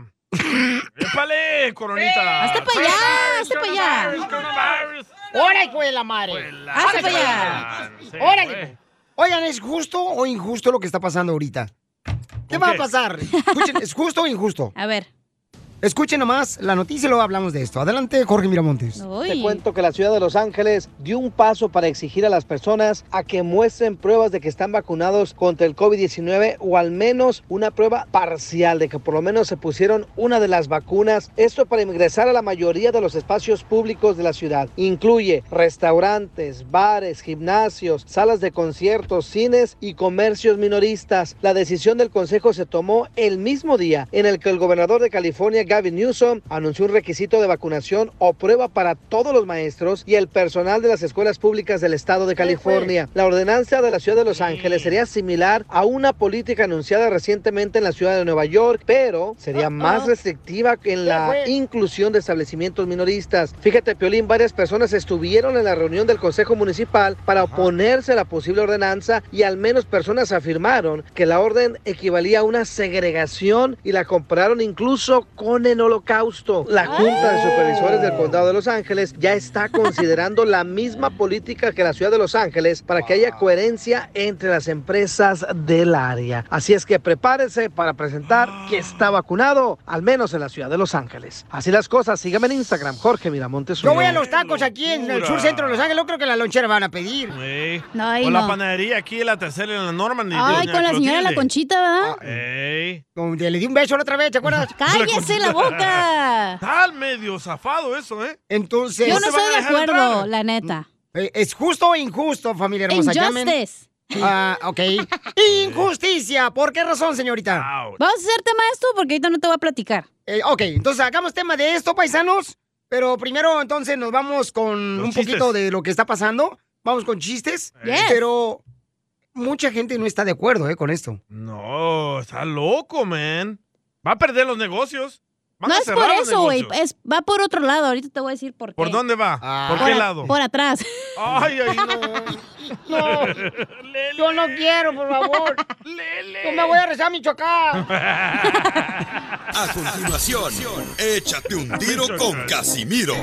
Speaker 14: ¡Épale, coronita!
Speaker 1: ¡Hazte pa' allá,
Speaker 14: Coronavirus,
Speaker 1: Ah, hazte pa' allá!
Speaker 14: coronavirus, coronavirus.
Speaker 1: ¡Órale, hijo de la madre! ¡Hazte para allá! ¡Órale! Oigan, ¿es justo o injusto lo que está pasando ahorita? ¿Qué va a
Speaker 12: qué?
Speaker 1: pasar? Escuchen, ¿es justo o injusto?
Speaker 3: *laughs* A ver.
Speaker 1: Escuchen nomás la noticia y luego hablamos de esto. Adelante, Jorge Miramontes.
Speaker 5: Te cuento que la ciudad de Los Ángeles dio un paso para exigir a las personas a que muestren pruebas de que están vacunados contra el COVID-19 o al menos una prueba parcial de que por lo menos se pusieron una de las vacunas. Esto para ingresar a la mayoría de los espacios públicos de la ciudad. Incluye restaurantes, bares, gimnasios, salas de conciertos, cines y comercios minoristas. La decisión del Consejo se tomó el mismo día en el que el gobernador de California, Gavin Newsom, anunció un requisito de vacunación o prueba para todos los maestros y el personal de las escuelas públicas del estado de California. La ordenanza de la ciudad de Los Ángeles sería similar a una política anunciada recientemente en la ciudad de Nueva York, pero sería más restrictiva en la inclusión de establecimientos minoristas. Fíjate, Piolín, varias personas estuvieron en la reunión del Consejo Municipal para oponerse a la posible ordenanza y al menos personas afirmaron que la orden equivalía a una segregación y la compararon incluso con el holocausto. La Junta de Supervisores del Condado de Los Ángeles ya está considerando la misma política que la ciudad de Los Ángeles para que haya coherencia entre las empresas del área. Así es que prepárese para presentar que está vacunado, al menos en la ciudad de Los Ángeles. Así las cosas, sígame en Instagram, Jorge Miramontes.
Speaker 1: Yo
Speaker 5: uno.
Speaker 1: voy a los tacos aquí en el
Speaker 5: Locura.
Speaker 1: sur centro de Los Ángeles. No creo que la lonchera van a pedir.
Speaker 2: Sí.
Speaker 1: No, ahí
Speaker 2: o la
Speaker 1: no.
Speaker 2: panadería aquí, la tercera en la Normandy.
Speaker 3: Ay,
Speaker 2: doña
Speaker 3: con la señora de la
Speaker 2: Clotilde.
Speaker 3: conchita, ¿verdad?
Speaker 2: Ey.
Speaker 1: Donde le di un beso la otra vez, ¿te
Speaker 2: Ah,
Speaker 1: acuerdas?
Speaker 3: *laughs* ¡Cállese la boca!
Speaker 2: Tal medio zafado eso, ¿eh?
Speaker 1: Entonces.
Speaker 3: Yo no estoy de acuerdo, la neta.
Speaker 1: Eh, ¿Es justo o injusto, familia hermosa? Llamen.
Speaker 3: Injustice.
Speaker 1: Ah,
Speaker 3: *laughs*
Speaker 1: ok. Injusticia. ¿Por qué razón, señorita?
Speaker 3: Vamos a hacer tema de esto porque ahorita no te voy a platicar.
Speaker 1: Eh, ok, entonces hagamos tema de esto, paisanos. Pero primero, entonces, nos vamos con un poquito de lo que está pasando. Vamos con chistes. Pero mucha gente no está de acuerdo eh, con esto.
Speaker 2: No, está loco, man. Va a perder los negocios. Van
Speaker 3: no
Speaker 2: a
Speaker 3: es
Speaker 2: cerrar
Speaker 3: por
Speaker 2: los
Speaker 3: eso, güey.
Speaker 2: negocios.
Speaker 3: es- Va por otro lado. Ahorita te voy a decir por qué.
Speaker 2: ¿Por dónde va? ¿Por
Speaker 1: Ah.
Speaker 3: Por
Speaker 2: qué
Speaker 3: a-
Speaker 2: lado?
Speaker 3: Por atrás.
Speaker 2: Ay, ay,
Speaker 1: No, yo no quiero, por
Speaker 2: *laughs*
Speaker 1: favor. Yo me voy a rezar a Michoacán.
Speaker 4: A continuación, échate un tiro con Casimiro.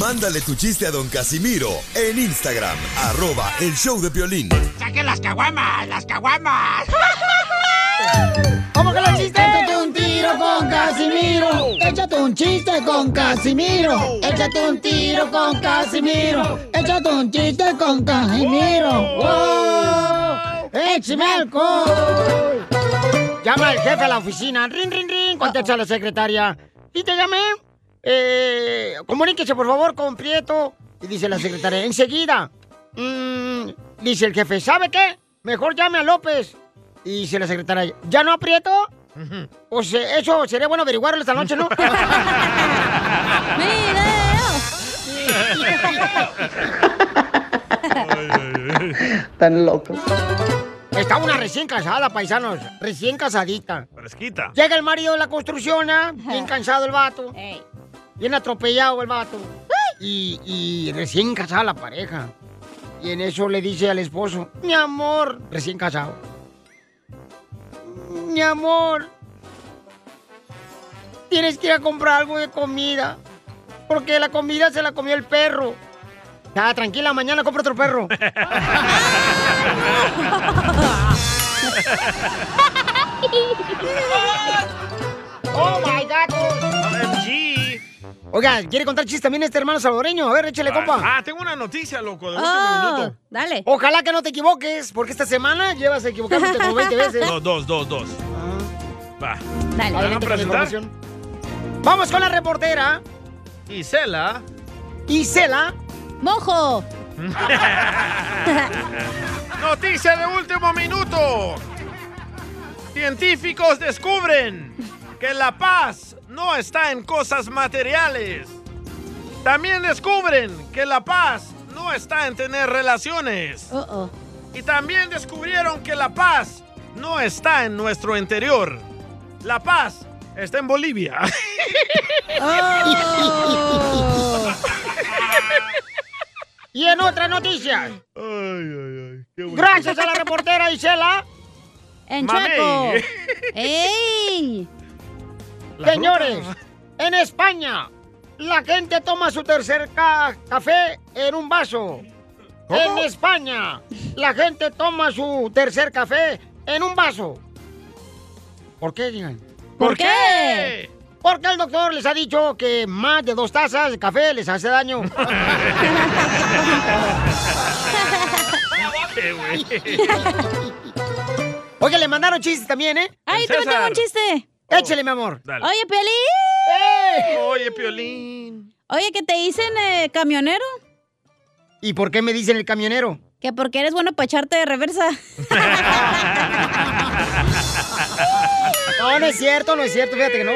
Speaker 4: Mándale tu chiste a don Casimiro en Instagram, arroba el show de violín.
Speaker 12: ¡Saque las caguamas! ¡Las caguamas!
Speaker 1: ¿Cómo que la chiste?
Speaker 12: Échate un tiro con Casimiro.
Speaker 1: Échate un chiste con Casimiro. Échate un tiro con Casimiro. Échate un chiste con Casimiro. ¡Wow! ¡Échame Llama el jefe a la oficina. Rin, rin, rin. Contesta la secretaria. ¿Y te llamé? Eh, comuníquese, por favor, con Prieto. Y dice la secretaria, enseguida. Mm, dice el jefe, ¿sabe qué? Mejor llame a López. Y dice la secretaria, ¿ya no aprieto? O sea, eso sería bueno averiguarlo esta noche, ¿no?
Speaker 5: *laughs*
Speaker 1: *laughs*
Speaker 5: Tan loco.
Speaker 1: Estaba una recién casada, paisanos. Recién casadita.
Speaker 2: Fresquita.
Speaker 1: Llega el marido de la construcción, ¿ah? bien cansado el vato. Bien atropellado el vato. Y, y recién casada la pareja. Y en eso le dice al esposo, mi amor, recién casado. Mi amor, tienes que ir a comprar algo de comida. Porque la comida se la comió el perro. Ya, tranquila, mañana compro otro perro. *laughs* ¡Oh, my God! Oiga, ¿quiere contar chistes también este hermano salvadoreño? A ver, échale, compa.
Speaker 2: Ah, tengo una noticia, loco, de último
Speaker 3: Oh,
Speaker 2: minuto.
Speaker 3: dale.
Speaker 1: Ojalá que no te equivoques, porque esta semana llevas equivocándote como 20 veces.
Speaker 3: *laughs*
Speaker 1: Ah.
Speaker 2: No, dos, dos, dos. Va.
Speaker 1: Dale.
Speaker 2: ¿La van a
Speaker 1: Adelante con la
Speaker 2: presentar?
Speaker 1: información. Vamos con la reportera.
Speaker 2: Isela.
Speaker 1: Isela.
Speaker 3: ¡Mojo!
Speaker 2: Noticia de último minuto. Científicos descubren que la paz no está en cosas materiales. También descubren que la paz no está en tener relaciones. Y también descubrieron que la paz no está en nuestro interior. La paz está en Bolivia. *laughs*
Speaker 1: Oh. *laughs* Y
Speaker 12: *laughs*
Speaker 1: en otras noticias. Gracias a la reportera Isela.
Speaker 3: En Eh,
Speaker 1: Mami. *laughs*
Speaker 3: Chaco. ¡Ey! La
Speaker 1: Señores, en España, la gente toma su tercer ca- café en un vaso. En España, la gente toma su tercer café en un vaso. ¿Por qué, digan?
Speaker 12: ¿Por qué?
Speaker 1: Porque el doctor les ha dicho que más de dos tazas de café les hace daño. Oye, le mandaron chistes también, ¿eh?
Speaker 3: ¡Ay, El también tengo un César. chiste!
Speaker 1: Échale, mi amor.
Speaker 3: Oye, Piolín.
Speaker 2: Oye, Piolín.
Speaker 3: Oye, que te dicen eh, camionero,
Speaker 1: ¿Y por qué me dicen el camionero?
Speaker 3: que porque eres bueno para echarte de reversa.
Speaker 1: No, no es cierto, no es cierto, fíjate que no.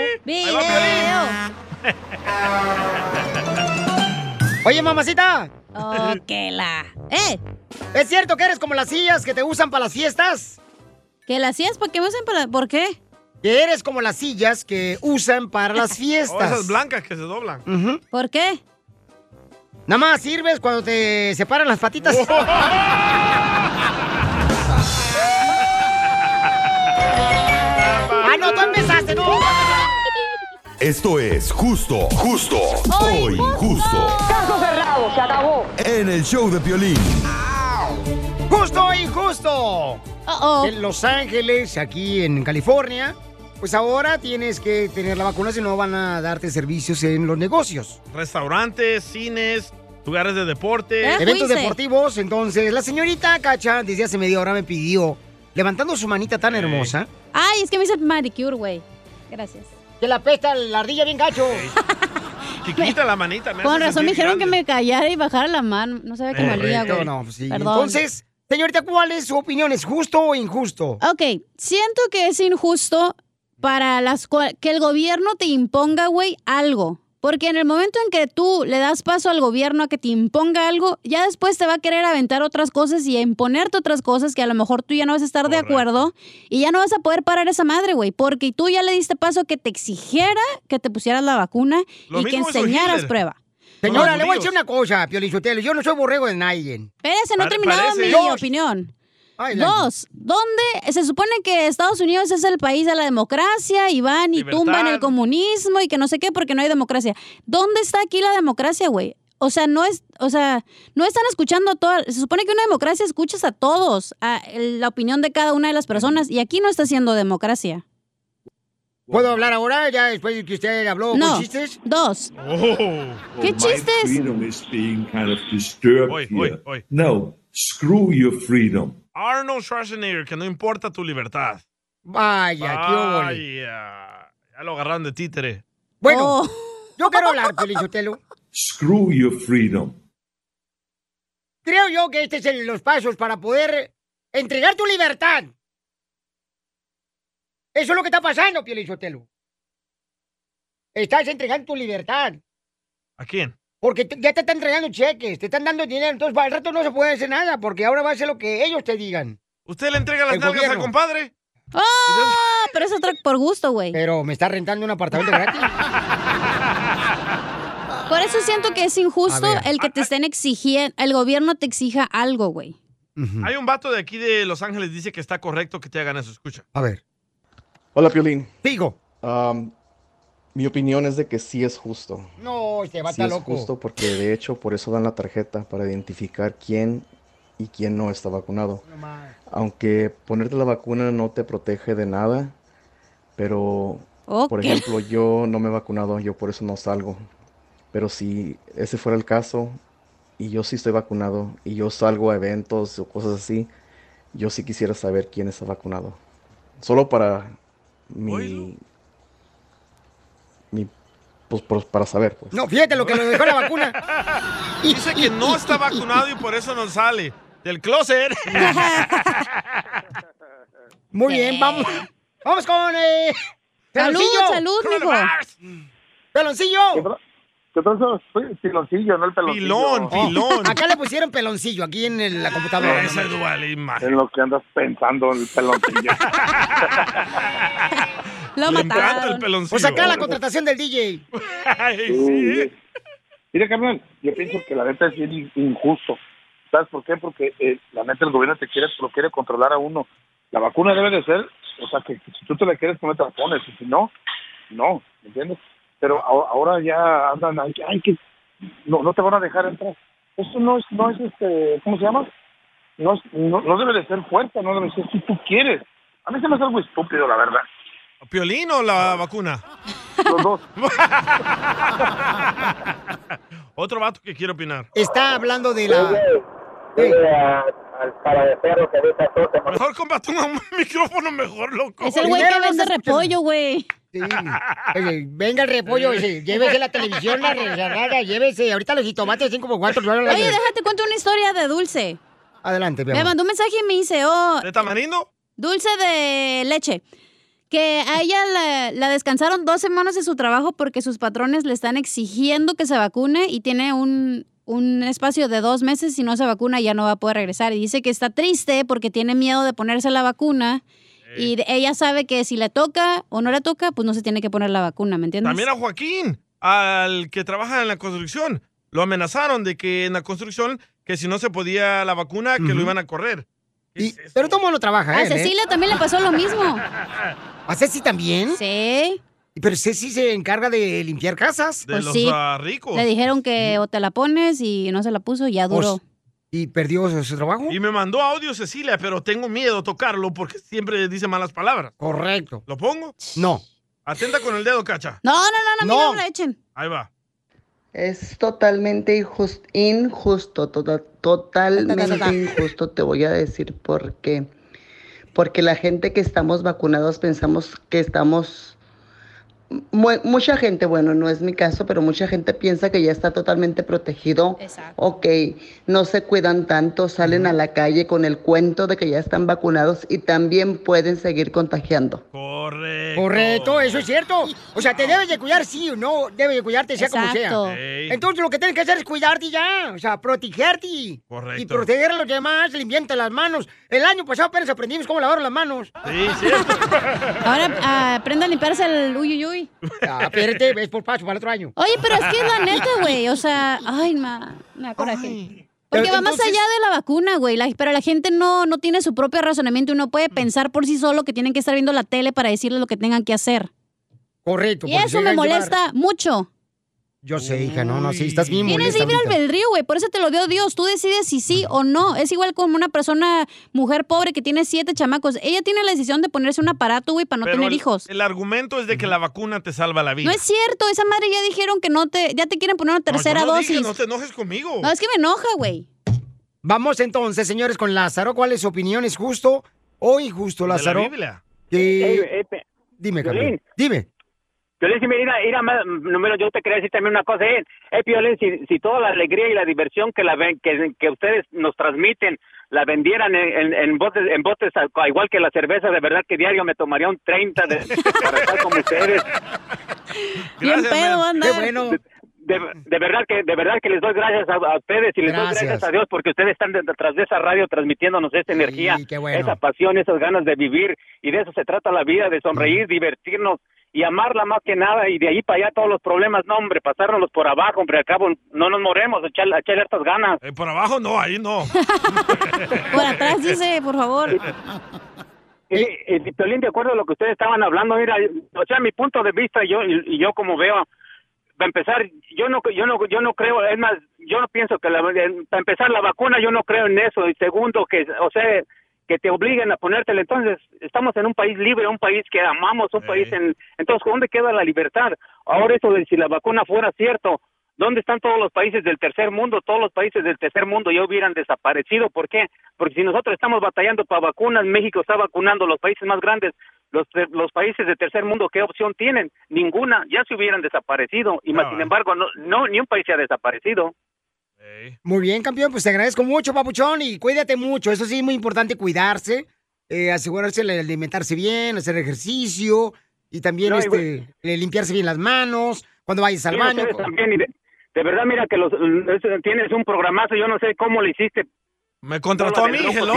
Speaker 1: *laughs* Oye, mamacita.
Speaker 3: Oh, que la. ¡Eh!
Speaker 1: ¿Es cierto que eres como las sillas que te usan para las fiestas?
Speaker 3: ¿Que las sillas? ¿Por qué me usan para.? ¿Por qué?
Speaker 1: Que eres como las sillas que usan para
Speaker 3: *laughs*
Speaker 1: las
Speaker 2: Oh,
Speaker 1: fiestas.
Speaker 2: esas blancas que se doblan.
Speaker 3: ¿Por qué?
Speaker 1: Nada más sirves cuando te separan las
Speaker 3: *laughs*
Speaker 1: patitas. ¡Ah, no, tú empezaste, no!
Speaker 4: Esto es justo, justo o injusto.
Speaker 1: ¡Caso cerrado, se acabó!
Speaker 4: En el show de Piolín.
Speaker 1: ¡Justo o injusto! En Los Ángeles, aquí en California, pues ahora tienes que tener la vacuna, si no van a darte servicios en los negocios.
Speaker 2: Restaurantes, cines, lugares de
Speaker 3: ¿Eh?
Speaker 2: deporte.
Speaker 1: Eventos deportivos, entonces la señorita Cacha desde hace media hora me pidió, levantando su manita tan hermosa,
Speaker 3: Ay, es que me hice manicure, güey. Gracias.
Speaker 1: que la pesta la ardilla bien gacho.
Speaker 2: Chiquita la manita. me
Speaker 3: Con
Speaker 2: hace
Speaker 3: razón me
Speaker 2: sentir
Speaker 3: dijeron
Speaker 2: grande.
Speaker 3: que
Speaker 2: Eh,
Speaker 3: me callara y bajara la mano. No sabía que me olía,
Speaker 1: Correcto,
Speaker 3: güey.
Speaker 1: no, pues
Speaker 2: pues
Speaker 1: sí.
Speaker 3: Perdón.
Speaker 1: Entonces, señorita, ¿cuál es su opinión? ¿Es justo o injusto?
Speaker 3: Ok, siento que es injusto para las cua- que el gobierno te imponga, güey, algo. Porque en el momento en que tú le das paso al gobierno a que te imponga algo, ya después te va a querer aventar otras cosas y a imponerte otras cosas que a lo mejor tú ya no vas a estar de acuerdo y ya no vas a poder parar esa madre, güey, porque tú ya le diste paso a que te exigiera que te pusieras la vacuna
Speaker 1: Lo
Speaker 3: y que
Speaker 1: mismo hizo
Speaker 3: enseñaras
Speaker 1: Hitler.
Speaker 3: prueba.
Speaker 1: Señora, le voy a decir una cosa, Piolichotelo. Yo no soy borrego de nadie.
Speaker 3: Espérese, no he
Speaker 1: Pare-
Speaker 3: terminado
Speaker 1: parece.
Speaker 3: mi
Speaker 1: Dos.
Speaker 3: opinión.
Speaker 1: la-
Speaker 3: Dos, ¿dónde se supone que Estados Unidos es el país de la democracia y van y
Speaker 15: Libertad.
Speaker 3: tumban el comunismo y que no sé qué porque no hay democracia? ¿Dónde está aquí la democracia, güey? O sea, no es, o sea, no están escuchando a todas. Se supone que una democracia escuchas a todos, a el- la opinión de cada una de las personas y aquí no está siendo democracia.
Speaker 1: ¿Puedo hablar ahora, ya después de que usted habló
Speaker 3: No.
Speaker 1: con chistes?
Speaker 3: Dos.
Speaker 1: Oh.
Speaker 3: ¿Qué
Speaker 17: My
Speaker 3: chistes?
Speaker 17: freedom is being kind of disturbed
Speaker 2: Oi,
Speaker 17: here.
Speaker 2: oi, oi.
Speaker 17: No, screw your freedom.
Speaker 2: Arnold Schwarzenegger, que no importa tu libertad.
Speaker 1: Vaya, qué óvole.
Speaker 2: Vaya. Ya lo agarraron de títere.
Speaker 1: Bueno,
Speaker 3: Oh.
Speaker 1: yo quiero hablar, Piolichotelo.
Speaker 17: Screw your freedom.
Speaker 1: Creo yo que este es el- los pasos para poder entregar tu libertad. Eso es lo que está pasando, Piolichotelo. Estás entregando tu libertad.
Speaker 2: ¿A quién?
Speaker 1: Porque te- ya te están entregando cheques, te están dando dinero. Entonces, al rato no se puede hacer nada, porque ahora va a ser lo que ellos te digan.
Speaker 2: ¿Usted le entrega las
Speaker 1: El
Speaker 2: nalgas al
Speaker 1: gobierno.
Speaker 2: compadre?
Speaker 3: ¡Ah! Pero eso es por gusto, güey.
Speaker 1: Pero me está rentando un apartamento gratis.
Speaker 3: Por eso siento que es injusto
Speaker 2: A ver.
Speaker 3: el que te estén exigiendo, el gobierno te exija algo, güey.
Speaker 2: Hay un vato de aquí de Los Ángeles dice que está correcto que te hagan eso. Escucha.
Speaker 1: A ver.
Speaker 18: Hola, Piolín.
Speaker 1: Digo.
Speaker 18: mi opinión es de que sí es justo.
Speaker 1: No, este va
Speaker 18: Sí
Speaker 1: está
Speaker 18: es
Speaker 1: loco.
Speaker 18: justo porque de hecho por eso dan la tarjeta para identificar quién y quién no está vacunado. Aunque ponerte la vacuna no te protege de nada, pero por
Speaker 3: Ok.
Speaker 18: ejemplo yo no me he vacunado, yo por eso no salgo. Pero si ese fuera el caso y yo sí estoy vacunado y yo salgo a eventos o cosas así, yo sí quisiera saber quién está vacunado. Solo para mi, mi pues, por- para saber, pues.
Speaker 1: No, fíjate lo que lo
Speaker 2: *laughs*
Speaker 1: dejó la vacuna.
Speaker 2: Dice que no está vacunado y por eso no sale del
Speaker 1: *laughs*
Speaker 2: closet.
Speaker 1: Muy bien, vamos. *laughs* Vamos con. Eh,
Speaker 10: Salud,
Speaker 1: Peloncillo.
Speaker 10: salud, mijo. Coronavirus.
Speaker 1: ¡Peloncillo!
Speaker 10: Yo pienso soy piloncillo, no el peloncillo.
Speaker 1: Oh, Acá le pusieron peloncillo, aquí en el- la computadora.
Speaker 2: Ese dual
Speaker 10: Es lo que andas pensando, el peloncillo.
Speaker 3: Lo
Speaker 10: Le encanta mataron. el peloncillo.
Speaker 1: Pues acá la contratación del DJ.
Speaker 10: *laughs* Sí. Mira, carnal, yo pienso que la neta es bien in- injusto. ¿Sabes por qué? Porque eh, la neta el gobierno te quiere, lo quiere controlar a uno.
Speaker 19: la vacuna debe de ser, o sea, que, que si tú te la quieres poner, te la pones, y si no, no, ¿me entiendes? Pero ahora, ahora ya andan, ay, ay, que no, no te van a dejar entrar. Eso no es, no es este, ¿cómo se llama? No, es- no, no debe de ser fuerza, no debe de ser si tú quieres. A mí se me hace algo estúpido, la verdad.
Speaker 2: ¿Piolín o la vacuna?
Speaker 19: Los dos.
Speaker 2: Otro vato que quiere opinar.
Speaker 1: Está hablando de la...
Speaker 2: Mejor combate un *laughs* micrófono mejor, loco.
Speaker 3: Es el güey que
Speaker 1: Primero
Speaker 3: vende
Speaker 1: los escuchan.
Speaker 3: repollo, güey.
Speaker 1: Oye, Venga el repollo, ese, llévese la televisión, la regalada, llévese. Ahorita los jitomates 5 por 4 dólares.
Speaker 3: Oye, déjate cuento una historia de dulce.
Speaker 1: Adelante, mi
Speaker 3: Me
Speaker 1: amor.
Speaker 3: mandó un mensaje y me dice, oh...
Speaker 2: ¿De tamarindo?
Speaker 3: Dulce de leche. Que a ella la, la descansaron dos semanas de su trabajo porque sus patrones le están exigiendo que se vacune y tiene un, un espacio de dos meses. Si no se vacuna, ya no va a poder regresar. Y dice que está triste porque tiene miedo de ponerse la vacuna. Y de- ella sabe que si le toca o no le toca, pues no se tiene que poner la vacuna, ¿me entiendes?
Speaker 2: También a Joaquín, al que trabaja en la construcción. Lo amenazaron de que en la construcción, que si no se podía la vacuna, que lo iban a correr.
Speaker 1: Pero todo mundo trabaja,
Speaker 3: A
Speaker 1: él, ¿eh?
Speaker 3: Cecilia también le pasó lo mismo.
Speaker 1: ¿A Ceci también?
Speaker 3: Sí.
Speaker 1: Pero Ceci se encarga de limpiar casas.
Speaker 3: Pues sí. Le dijeron que o te la pones y no se la puso y ya duró.
Speaker 1: Pues, ¿Y perdió su, su trabajo?
Speaker 2: Y me mandó audio Cecilia, pero tengo miedo a tocarlo porque siempre dice malas palabras.
Speaker 1: Correcto.
Speaker 2: ¿Lo pongo?
Speaker 1: No.
Speaker 2: Atenta con el dedo, cacha.
Speaker 3: No, no,
Speaker 2: no, a mí no
Speaker 13: me la echen.
Speaker 2: Ahí va.
Speaker 13: Es totalmente injus- injusto, tota- totalmente injusto, te voy a decir por qué. Porque la gente que estamos vacunados pensamos que estamos... mu- mucha gente, bueno, no es mi caso, pero mucha gente piensa que ya está totalmente protegido. Ok, no se cuidan tanto, salen a la calle con el cuento de que ya están vacunados y también pueden seguir contagiando.
Speaker 1: Correcto, eso es cierto. O sea, te debes de cuidar, sí o no, debes de cuidarte, sea
Speaker 14: Exacto.
Speaker 1: como sea.
Speaker 14: Ey.
Speaker 1: Entonces lo que tienes que hacer es cuidarte y ya, o sea, protegerte.
Speaker 2: Correcto.
Speaker 1: Y proteger a los demás, limpiarte las manos. El año pasado apenas aprendimos cómo lavar las manos.
Speaker 2: Sí, sí.
Speaker 3: *laughs* Ahora ah, aprende a limpiarse el uyuyuy.
Speaker 1: Ah, espérate, ves por paso para el otro año.
Speaker 3: Oye, pero es que
Speaker 1: *laughs*
Speaker 3: es la neta, güey. O sea, ay, ma, me da coraje. Porque
Speaker 1: Pero
Speaker 3: va más
Speaker 1: entonces-
Speaker 3: allá de la vacuna, güey. La- pero la gente no, no tiene su propio razonamiento y no
Speaker 1: Mm.
Speaker 3: puede pensar por sí solo que tienen que estar viendo la tele para decirles lo que tengan que hacer.
Speaker 1: Correcto.
Speaker 3: Y
Speaker 1: porque se
Speaker 3: eso me
Speaker 1: dejan llevar.
Speaker 3: molesta mucho.
Speaker 1: Yo sé, hija, no, no, sí, estás bien
Speaker 3: Tienes
Speaker 1: molesta
Speaker 3: libre
Speaker 1: ahorita.
Speaker 3: albedrío, güey. Por eso te lo dio Dios. Tú decides si sí o no. Es igual como una persona, mujer pobre, que tiene siete chamacos. Ella tiene la decisión de ponerse un aparato, güey, para no
Speaker 2: Pero
Speaker 3: tener
Speaker 2: el-
Speaker 3: hijos.
Speaker 2: El argumento es de que la vacuna te salva la vida.
Speaker 3: No es cierto. Esa madre ya dijeron que no te, ya te quieren poner una
Speaker 2: No, yo
Speaker 3: tercera
Speaker 2: no
Speaker 3: dosis.
Speaker 2: dije, no te enojes conmigo.
Speaker 3: no, es que me enoja, güey.
Speaker 1: Vamos entonces, señores, con Lázaro. ¿Cuál es su opinión? ¿Es justo o injusto,
Speaker 10: la
Speaker 1: Lázaro?
Speaker 10: Biblia.
Speaker 1: Eh,
Speaker 10: Eh, eh, pe-
Speaker 1: dime,
Speaker 10: Piolín.
Speaker 1: Carmen. Dime.
Speaker 10: Piolín, si mira, mira, ma- número, yo te quería decir también una cosa, eh, eh Piolín, si, si toda la alegría y la diversión que la ven- que, que ustedes nos transmiten la vendieran en, en- en botes, en botes a- igual que la cerveza, de verdad que diario me tomaría un 30 de, para estar como
Speaker 1: *laughs*
Speaker 10: ustedes.
Speaker 14: Bien Gracias, pedo man. andar. Qué
Speaker 1: bueno.
Speaker 10: De, de verdad que de verdad que les doy gracias a, a ustedes y les
Speaker 1: Gracias.
Speaker 10: doy gracias a Dios porque ustedes están detrás de esa radio transmitiéndonos esa energía,
Speaker 1: bueno.
Speaker 10: esa pasión, esas ganas de vivir y de eso se trata la vida, de sonreír, divertirnos y amarla más que nada y de ahí para allá todos los problemas, no hombre, pasárnoslos por abajo, hombre, al cabo no nos moremos, echar, echar estas ganas.
Speaker 2: Eh, por abajo no, ahí no.
Speaker 3: *laughs* Por atrás
Speaker 2: *laughs*
Speaker 3: dice, por favor.
Speaker 10: Eh, Y, y, y, eh, Piolín, de acuerdo a lo que ustedes estaban hablando, mira, o sea, mi punto de vista, yo y, y yo como veo, para empezar, yo no, yo no, yo no creo, es más, yo no pienso que la, en- para empezar la vacuna, yo no creo en eso. Y segundo, que, o sea, que te obliguen a ponértela. Entonces, estamos en un país libre, un país que amamos, un país en, entonces, ¿dónde queda la libertad? Ahora eso de si la vacuna fuera cierto, ¿Dónde están todos los países del tercer mundo? Todos los países del tercer mundo ya hubieran desaparecido. ¿Por qué? Porque si nosotros estamos batallando para vacunas, México está vacunando los países más grandes. Los, ter- los países del tercer mundo, ¿qué opción tienen? Ninguna. Ya se hubieran desaparecido. Y más, sin embargo, no, no, ni un país se ha desaparecido.
Speaker 1: Muy bien, campeón, pues te agradezco mucho, papuchón, y cuídate mucho. Eso sí es muy importante cuidarse, eh, asegurarse de alimentarse bien, hacer ejercicio y también
Speaker 10: No, y
Speaker 1: este,
Speaker 10: güey-
Speaker 1: eh, limpiarse bien las manos cuando vayas al
Speaker 10: Sí,
Speaker 1: baño.
Speaker 10: ustedes también, y de, de verdad, mira que los, es- tienes un programazo. Yo no sé cómo lo hiciste.
Speaker 2: Me
Speaker 10: contrató
Speaker 2: a mí, hello.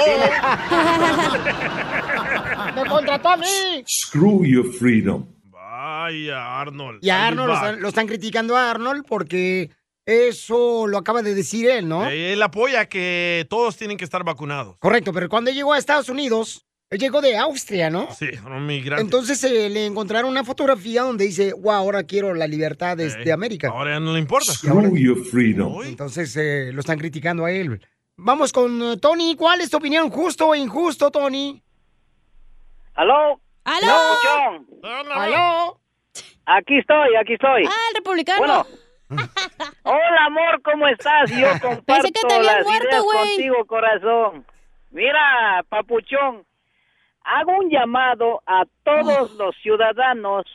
Speaker 1: ¡Me contrató a mí!
Speaker 4: Screw your freedom.
Speaker 2: Vaya, Arnold.
Speaker 1: Y a Arnold lo
Speaker 2: Ahí va.
Speaker 1: están, lo están criticando a Arnold porque eso lo acaba de decir él, ¿no?
Speaker 2: Eh, Él apoya que todos tienen que estar vacunados.
Speaker 1: Correcto, pero cuando llegó a Estados Unidos, Él llegó de Austria, ¿no?
Speaker 2: Sí, un migrante.
Speaker 1: Entonces eh, le encontraron una fotografía donde dice, wow, ahora quiero la libertad este, de,
Speaker 2: Eh.
Speaker 1: de América.
Speaker 2: Ahora ya no le importa.
Speaker 17: Show your freedom.
Speaker 1: Entonces eh, lo están criticando a él. Vamos con eh, Tony. ¿Cuál es tu opinión? ¿Justo o injusto, Tony?
Speaker 20: ¿Aló?
Speaker 3: ¿Aló?
Speaker 1: ¿Aló?
Speaker 20: Aquí estoy, aquí estoy.
Speaker 3: Ah, el republicano.
Speaker 20: Bueno. Hola, amor, ¿cómo estás? Yo comparto
Speaker 3: *laughs* Pensé que te habías
Speaker 20: las
Speaker 3: muerto,
Speaker 20: ideas
Speaker 3: güey.
Speaker 20: contigo, corazón. Mira, papuchón, hago un llamado a todos los ciudadanos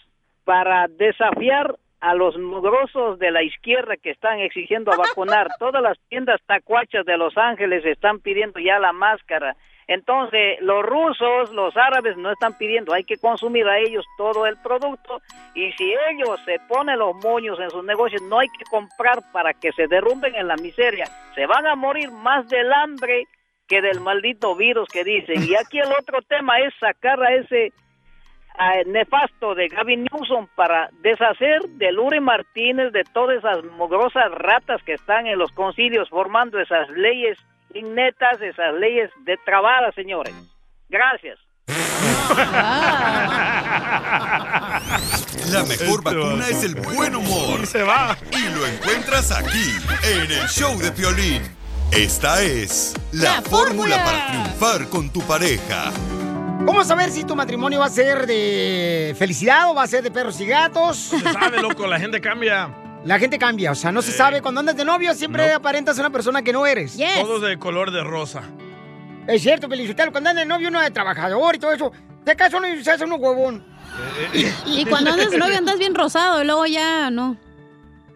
Speaker 20: para desafiar a los mugrosos de la izquierda que
Speaker 3: *laughs*
Speaker 20: están exigiendo a vacunar. Todas las tiendas tacuachas de Los Ángeles están pidiendo ya la máscara. Entonces, los rusos, los árabes no están pidiendo, hay que consumir a ellos todo el producto y si ellos se ponen los moños en sus negocios, no hay que comprar para que se derrumben en la miseria. Se van a morir más del hambre que del maldito virus que dicen. Y aquí el otro tema es sacar a ese ah, nefasto de Gavin Newsom para deshacer de Lure Martínez, de todas esas mugrosas ratas que están en los concilios formando esas leyes innetas, esas leyes de trabada, señores. Gracias.
Speaker 4: La mejor vacuna es el buen humor. Y se va. Y lo encuentras aquí, en el show de Piolín. Esta es la, fórmula. para triunfar con tu pareja.
Speaker 1: ¿Cómo saber si tu matrimonio va a ser de felicidad o va a ser de perros y gatos?
Speaker 2: Sabe, loco, la gente cambia.
Speaker 1: La gente cambia, o sea, no se sabe. Cuando andas de novio siempre aparentas a una persona que no eres.
Speaker 2: Todos de color de rosa.
Speaker 1: Es cierto, Felicitalo, cuando andas de novio uno de trabajador y todo eso. Te casas uno y se hace uno huevón.
Speaker 3: Y cuando andas de novio andas bien rosado, y luego ya no.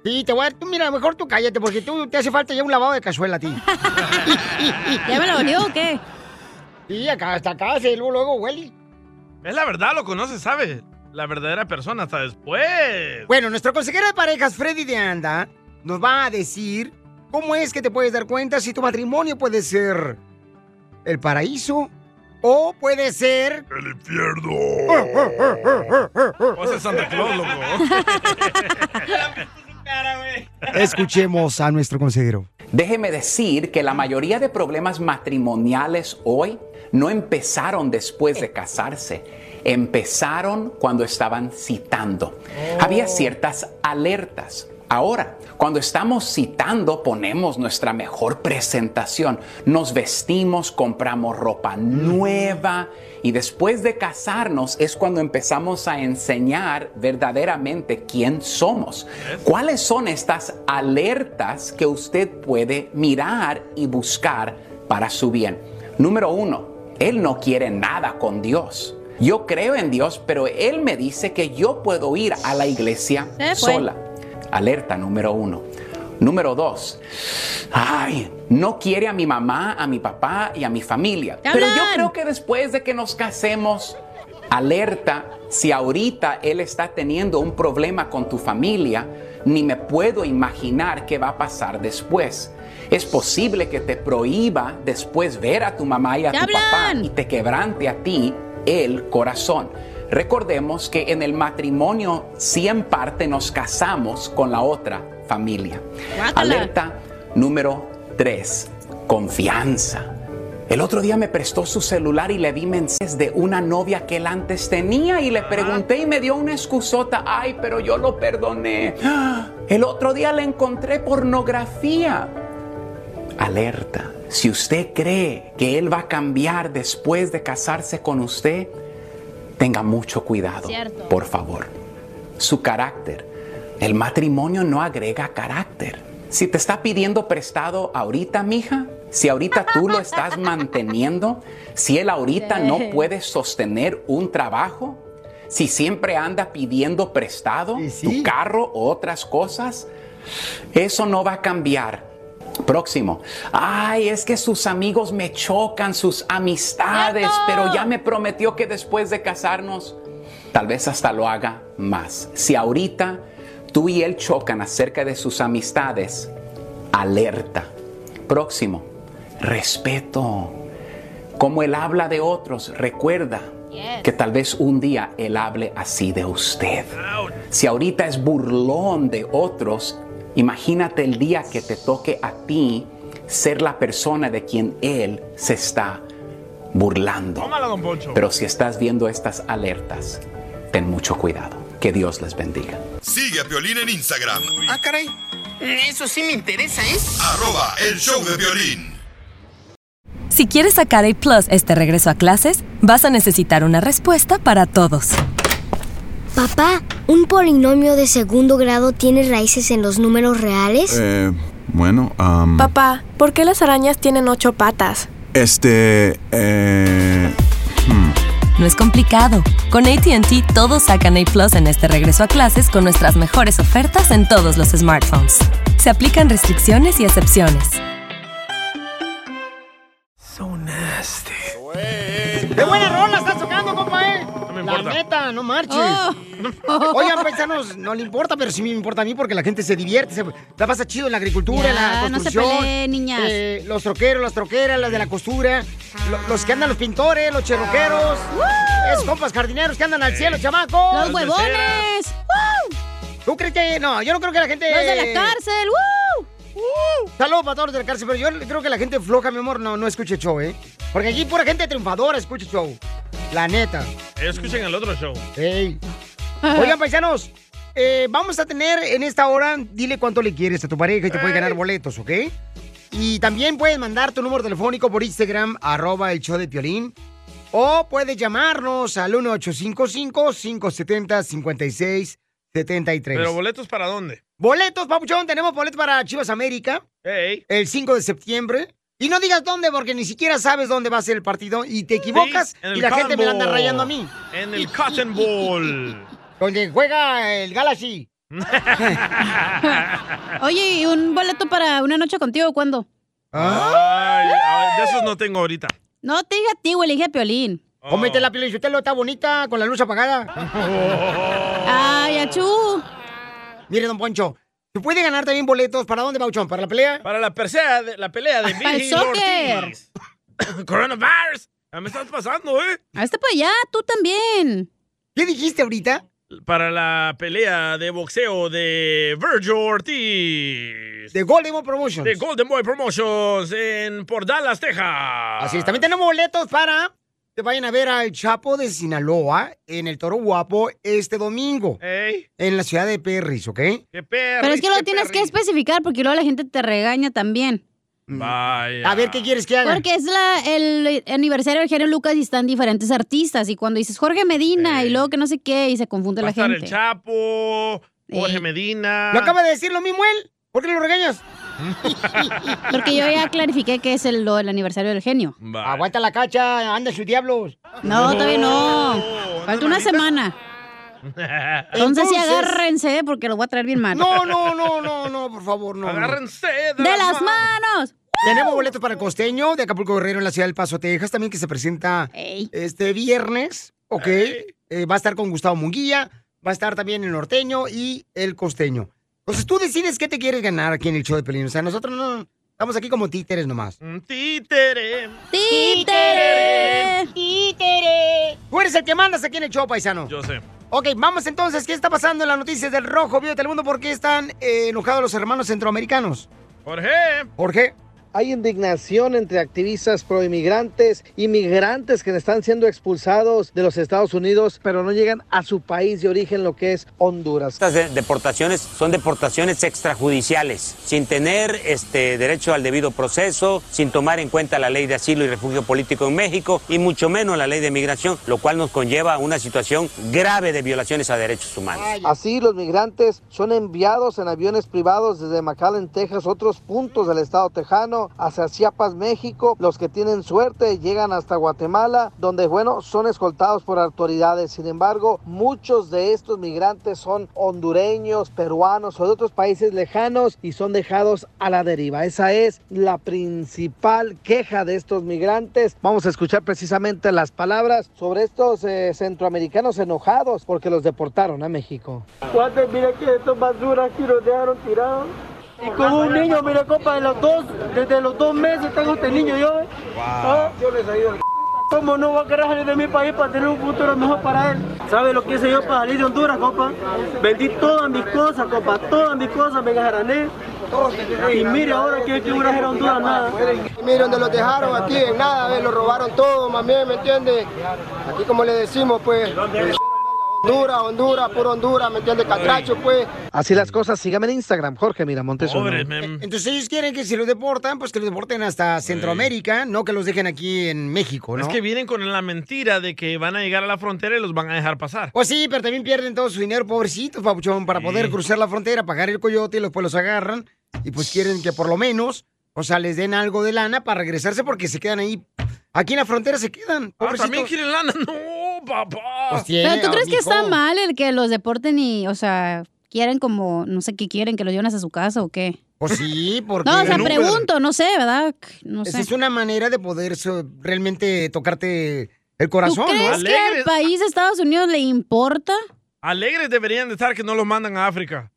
Speaker 1: Sí, te voy a... Tú, mira, mejor tú cállate, porque tú te hace falta ya un lavado de cazuela a ti.
Speaker 3: *laughs* ¿Ya me la olió o qué?
Speaker 1: Sí, acá, hasta acá, se luego, luego huele.
Speaker 2: Es la verdad, loco, no se sabe la verdadera persona hasta después.
Speaker 1: Bueno, nuestro consejero de parejas, Freddy de Anda, nos va a decir cómo es que te puedes dar cuenta si tu matrimonio puede ser el paraíso o puede ser...
Speaker 12: El infierno.
Speaker 2: O sea, Santa Claus, loco.
Speaker 1: *laughs* Escuchemos a nuestro consejero.
Speaker 21: Déjeme decir que la mayoría de problemas matrimoniales hoy no empezaron después de casarse, empezaron cuando estaban citando. Había ciertas alertas. Ahora, cuando estamos citando, ponemos nuestra mejor presentación, nos vestimos, compramos ropa nueva y después de casarnos es cuando empezamos a enseñar verdaderamente quién somos. ¿Cuáles son estas alertas que usted puede mirar y buscar para su bien? Número uno, él no quiere nada con Dios. Yo creo en Dios, pero él me dice que yo puedo ir a la iglesia Se fue. sola. Alerta número uno. Número dos, ay, no quiere a mi mamá, a mi papá y a mi familia. Pero yo creo que después de que nos casemos, alerta, si ahorita él está teniendo un problema con tu familia, ni me puedo imaginar qué va a pasar después. Es posible que te prohíba después ver a tu mamá y a
Speaker 3: ¡Te
Speaker 21: tu papá y te quebrante a ti el corazón. Recordemos que en el matrimonio 100 parte nos casamos con la otra familia. Guácala. Alerta número 3, confianza. El otro día me prestó su celular y le vi mensajes de una novia que él antes tenía y le pregunté y me dio una excusota. Ay, pero yo lo perdoné. ¡Ah! El otro día le encontré pornografía. Alerta. Si usted cree que él va a cambiar después de casarse con usted, tenga mucho cuidado,
Speaker 22: Cierto.
Speaker 21: por favor. Su carácter. El matrimonio no agrega carácter. Si te está pidiendo prestado ahorita, mija, si ahorita tú lo estás manteniendo, si él ahorita Sí. no puede sostener un trabajo, si siempre anda pidiendo prestado tu carro o otras cosas, eso no va a cambiar. Próximo. Ay, es que sus amigos me chocan, sus amistades, pero ya me prometió que después de casarnos, tal vez hasta lo haga más. Si ahorita tú y él chocan acerca de sus amistades, alerta. Próximo. Respeto. Como él habla de otros, recuerda que tal vez un día él hable así de usted. Si ahorita es burlón de otros, imagínate el día que te toque a ti ser la persona de quien él se está burlando.
Speaker 2: Tómala, don Poncho.
Speaker 21: Pero si estás viendo estas alertas, ten mucho cuidado. Que Dios les bendiga.
Speaker 4: Sigue a Piolín en Instagram.
Speaker 6: Ah, caray. Eso sí me interesa, ¿eh? ¿es?
Speaker 4: Arroba el show de violín.
Speaker 7: Si quieres sacar A Plus este regreso a clases, vas a necesitar una respuesta para todos.
Speaker 22: Papá, ¿un polinomio de segundo grado tiene raíces en los números
Speaker 20: Pues,
Speaker 22: reales?
Speaker 23: Eh, bueno, am,
Speaker 24: Papá, ¿por qué las arañas tienen ocho patas?
Speaker 23: este, eh,
Speaker 7: No es complicado. Con ATT todos sacan A Plus en este regreso a clases con nuestras mejores ofertas en todos los smartphones. Se aplican restricciones y excepciones.
Speaker 1: ¡Qué buena rola estás tocando, compa, eh! La
Speaker 12: importa.
Speaker 1: neta, no marches.
Speaker 3: Oh.
Speaker 1: Oigan, pues, paisanos, no le importa, pero sí me importa a mí porque la gente se divierte, se la pasa chido en la agricultura, en la
Speaker 3: Ya, no se
Speaker 1: construcción.
Speaker 3: peleen, niñas. Ah.
Speaker 1: eh, los troqueros, las troqueras, las de la costura, lo- los que andan los pintores, los cherroqueros, esos compas jardineros que andan al cielo, chamacos.
Speaker 3: Los huevones.
Speaker 1: ¿Tú crees que.? No, yo no creo que la gente.
Speaker 3: Los de la cárcel. ¡Woo!
Speaker 1: Saludos para todos los de la cárcel, pero yo creo que la gente floja, mi amor, no, no escuche el show, ¿eh? Porque aquí pura gente triunfadora escucha el show. La neta.
Speaker 2: Escuchen el otro show.
Speaker 1: Ey. Oigan, paisanos, eh, vamos a tener en esta hora, dile cuánto le quieres a tu pareja y te puede ganar boletos, ¿ok? Y también puedes mandar tu número telefónico por Instagram, arroba el show de Piolín. O puedes llamarnos al 1855-570-5673.
Speaker 2: ¿Pero boletos para dónde?
Speaker 1: Boletos, papuchón, tenemos boletos para Chivas América. El 5 de septiembre. Y no digas dónde, porque ni siquiera sabes dónde va a ser el partido. Y te equivocas
Speaker 2: Sí, en el
Speaker 1: y la gente me la anda
Speaker 2: Cotton Bowl.
Speaker 1: rayando a mí. *laughs*
Speaker 2: En el Cotton Bowl.
Speaker 1: Donde juega eh, el Galaxy.
Speaker 3: Oye, ¿y un boleto para una noche contigo cuándo?
Speaker 1: ¿Ah?
Speaker 2: Ay, ay, de esos no tengo ahorita.
Speaker 3: No te diga a ti, güey, le dije a Piolín.
Speaker 2: Oh.
Speaker 1: Cómete la piel, usted lo está bonita, con la luz apagada.
Speaker 2: Oh.
Speaker 3: Ay, achú.
Speaker 1: Mire, don Poncho, ¿se puede ganar también boletos? ¿Para dónde, Bauchón? ¿Para la pelea?
Speaker 2: Para la persea de- la
Speaker 1: *laughs*
Speaker 2: pelea de
Speaker 1: Para el
Speaker 2: Virgil
Speaker 1: soccer.
Speaker 2: Ortiz. *coughs* Coronavirus. Ya me estás pasando, ¿eh?
Speaker 3: Hazte Ah, para allá, tú también.
Speaker 1: ¿Qué dijiste ahorita?
Speaker 2: Para la pelea de boxeo de Virgil Ortiz.
Speaker 1: De Golden Boy Promotions.
Speaker 2: De Golden Boy Promotions en por Dallas, Texas. Así
Speaker 1: Así es, también tenemos boletos para que vayan a ver al Chapo de Sinaloa en el Toro Guapo este domingo.
Speaker 2: Eh.
Speaker 1: En la ciudad de Perris, ¿ok?
Speaker 3: Pero es que lo tienes que especificar porque luego la gente te regaña también.
Speaker 2: Vaya.
Speaker 1: A ver, ¿qué quieres que haga?
Speaker 3: Porque es la, el aniversario de Jerry Lucas y están diferentes artistas. Y cuando dices Jorge Medina y luego que no sé qué, y se confunde
Speaker 2: Va a
Speaker 3: la
Speaker 2: estar
Speaker 3: gente.
Speaker 2: el Chapo, ah. Jorge Medina.
Speaker 1: Lo acaba de decir lo mismo él. ¿Por qué lo regañas?
Speaker 3: *laughs* Porque yo ya clarifiqué que es el, lo- el aniversario del genio.
Speaker 1: Aguanta la cacha, anda sus diablos.
Speaker 3: No, todavía no. Falta una semana. Entonces, sí, agárrense porque lo voy a traer bien mal.
Speaker 1: No, no, no, no, no, por favor, no. no.
Speaker 2: Agárrense
Speaker 3: ¡De las manos!
Speaker 1: Tenemos boletos para el costeño de Acapulco Guerrero en la ciudad del Paso, Texas, también que se presenta este viernes, ¿ok? Eh, va a estar con Gustavo Munguía, va a estar también el norteño y el costeño. Entonces tú decides qué te quieres ganar aquí en el show de Pelín. O sea, nosotros no estamos aquí como títeres nomás.
Speaker 2: Un títere.
Speaker 1: ¡Títere! ¡Títere! Tú eres el que mandas aquí en el show, paisano.
Speaker 2: Yo sé.
Speaker 1: Ok, vamos entonces, ¿qué está pasando en las noticias del Rojo Vivo de Telemundo? ¿Por qué están eh, enojados los hermanos centroamericanos?
Speaker 2: Jorge.
Speaker 1: Jorge.
Speaker 5: Hay indignación entre activistas proinmigrantes, inmigrantes que están siendo expulsados de los Estados Unidos, pero no llegan a su país de origen, lo que es Honduras.
Speaker 25: Estas de- deportaciones son deportaciones extrajudiciales, sin tener este derecho al debido proceso, sin tomar en cuenta la ley de asilo y refugio político en México y mucho menos la ley de migración, lo cual nos conlleva a una situación grave de violaciones a derechos humanos.
Speaker 5: Así, los migrantes son enviados en aviones privados desde McAllen, Texas, otros puntos del estado tejano, hacia Chiapas, México. Los que tienen suerte llegan hasta Guatemala, donde, bueno, son escoltados por autoridades. Sin embargo, muchos de estos migrantes son hondureños, peruanos o de otros países lejanos y son dejados a la deriva. Esa es la principal queja de estos migrantes. Vamos a escuchar precisamente las palabras sobre estos eh, centroamericanos enojados porque los deportaron a México.
Speaker 14: Cuate, mira que estos basuras aquí los dejaron tirados. Y con un niño, mira compa, de los dos, desde los dos meses tengo este niño yo. ¿eh? ¿Ah? ¿Cómo no voy a querer salir de mi país para tener un futuro mejor para él? ¿Sabe lo que hice yo para salir de Honduras, compa? Vendí todas mis cosas, compa, todas mis cosas, me garané. Y mire ahora que yo voy a hacer a Honduras nada.
Speaker 8: Mire donde los dejaron aquí, en nada, ve, lo robaron todo, mami, ¿me entiende? Aquí como le decimos, pues. Honduras, Honduras, puro Honduras, ¿me entiende? Catracho, pues.
Speaker 5: Así las cosas, sígame en Instagram, Jorge
Speaker 2: Este
Speaker 5: Miramontes. uno.
Speaker 1: Entonces ellos quieren que si los deportan, pues que los deporten hasta Centroamérica, no que los dejen aquí en México, ¿no?
Speaker 2: Es que vienen con la mentira de que van a llegar a la frontera y los van a dejar pasar.
Speaker 1: Pues sí, pero también pierden todo su dinero, pobrecitos, papuchón, para poder cruzar la frontera, pagar el coyote y después los agarran. Y pues quieren que por lo menos, o sea, les den algo de lana para regresarse porque se quedan ahí. Aquí en la frontera se quedan,
Speaker 2: Ah,
Speaker 1: pobrecitos.
Speaker 2: también quieren lana. *laughs* No, papá.
Speaker 1: Pues tiene,
Speaker 3: Pero tú crees que
Speaker 1: mijo.
Speaker 3: está mal el que los deporten y, o sea, quieren como, no sé qué quieren, que los lleven hasta su casa o qué.
Speaker 1: Pues sí, porque...
Speaker 3: No, o sea, pregunto, no sé, ¿verdad? No
Speaker 1: Esa
Speaker 3: sé.
Speaker 1: es una manera de poder so- realmente tocarte el corazón,
Speaker 3: ¿Tú
Speaker 1: ¿no?
Speaker 3: crees que al país de Estados Unidos le importa?
Speaker 2: Alegres deberían de estar que no los mandan a África.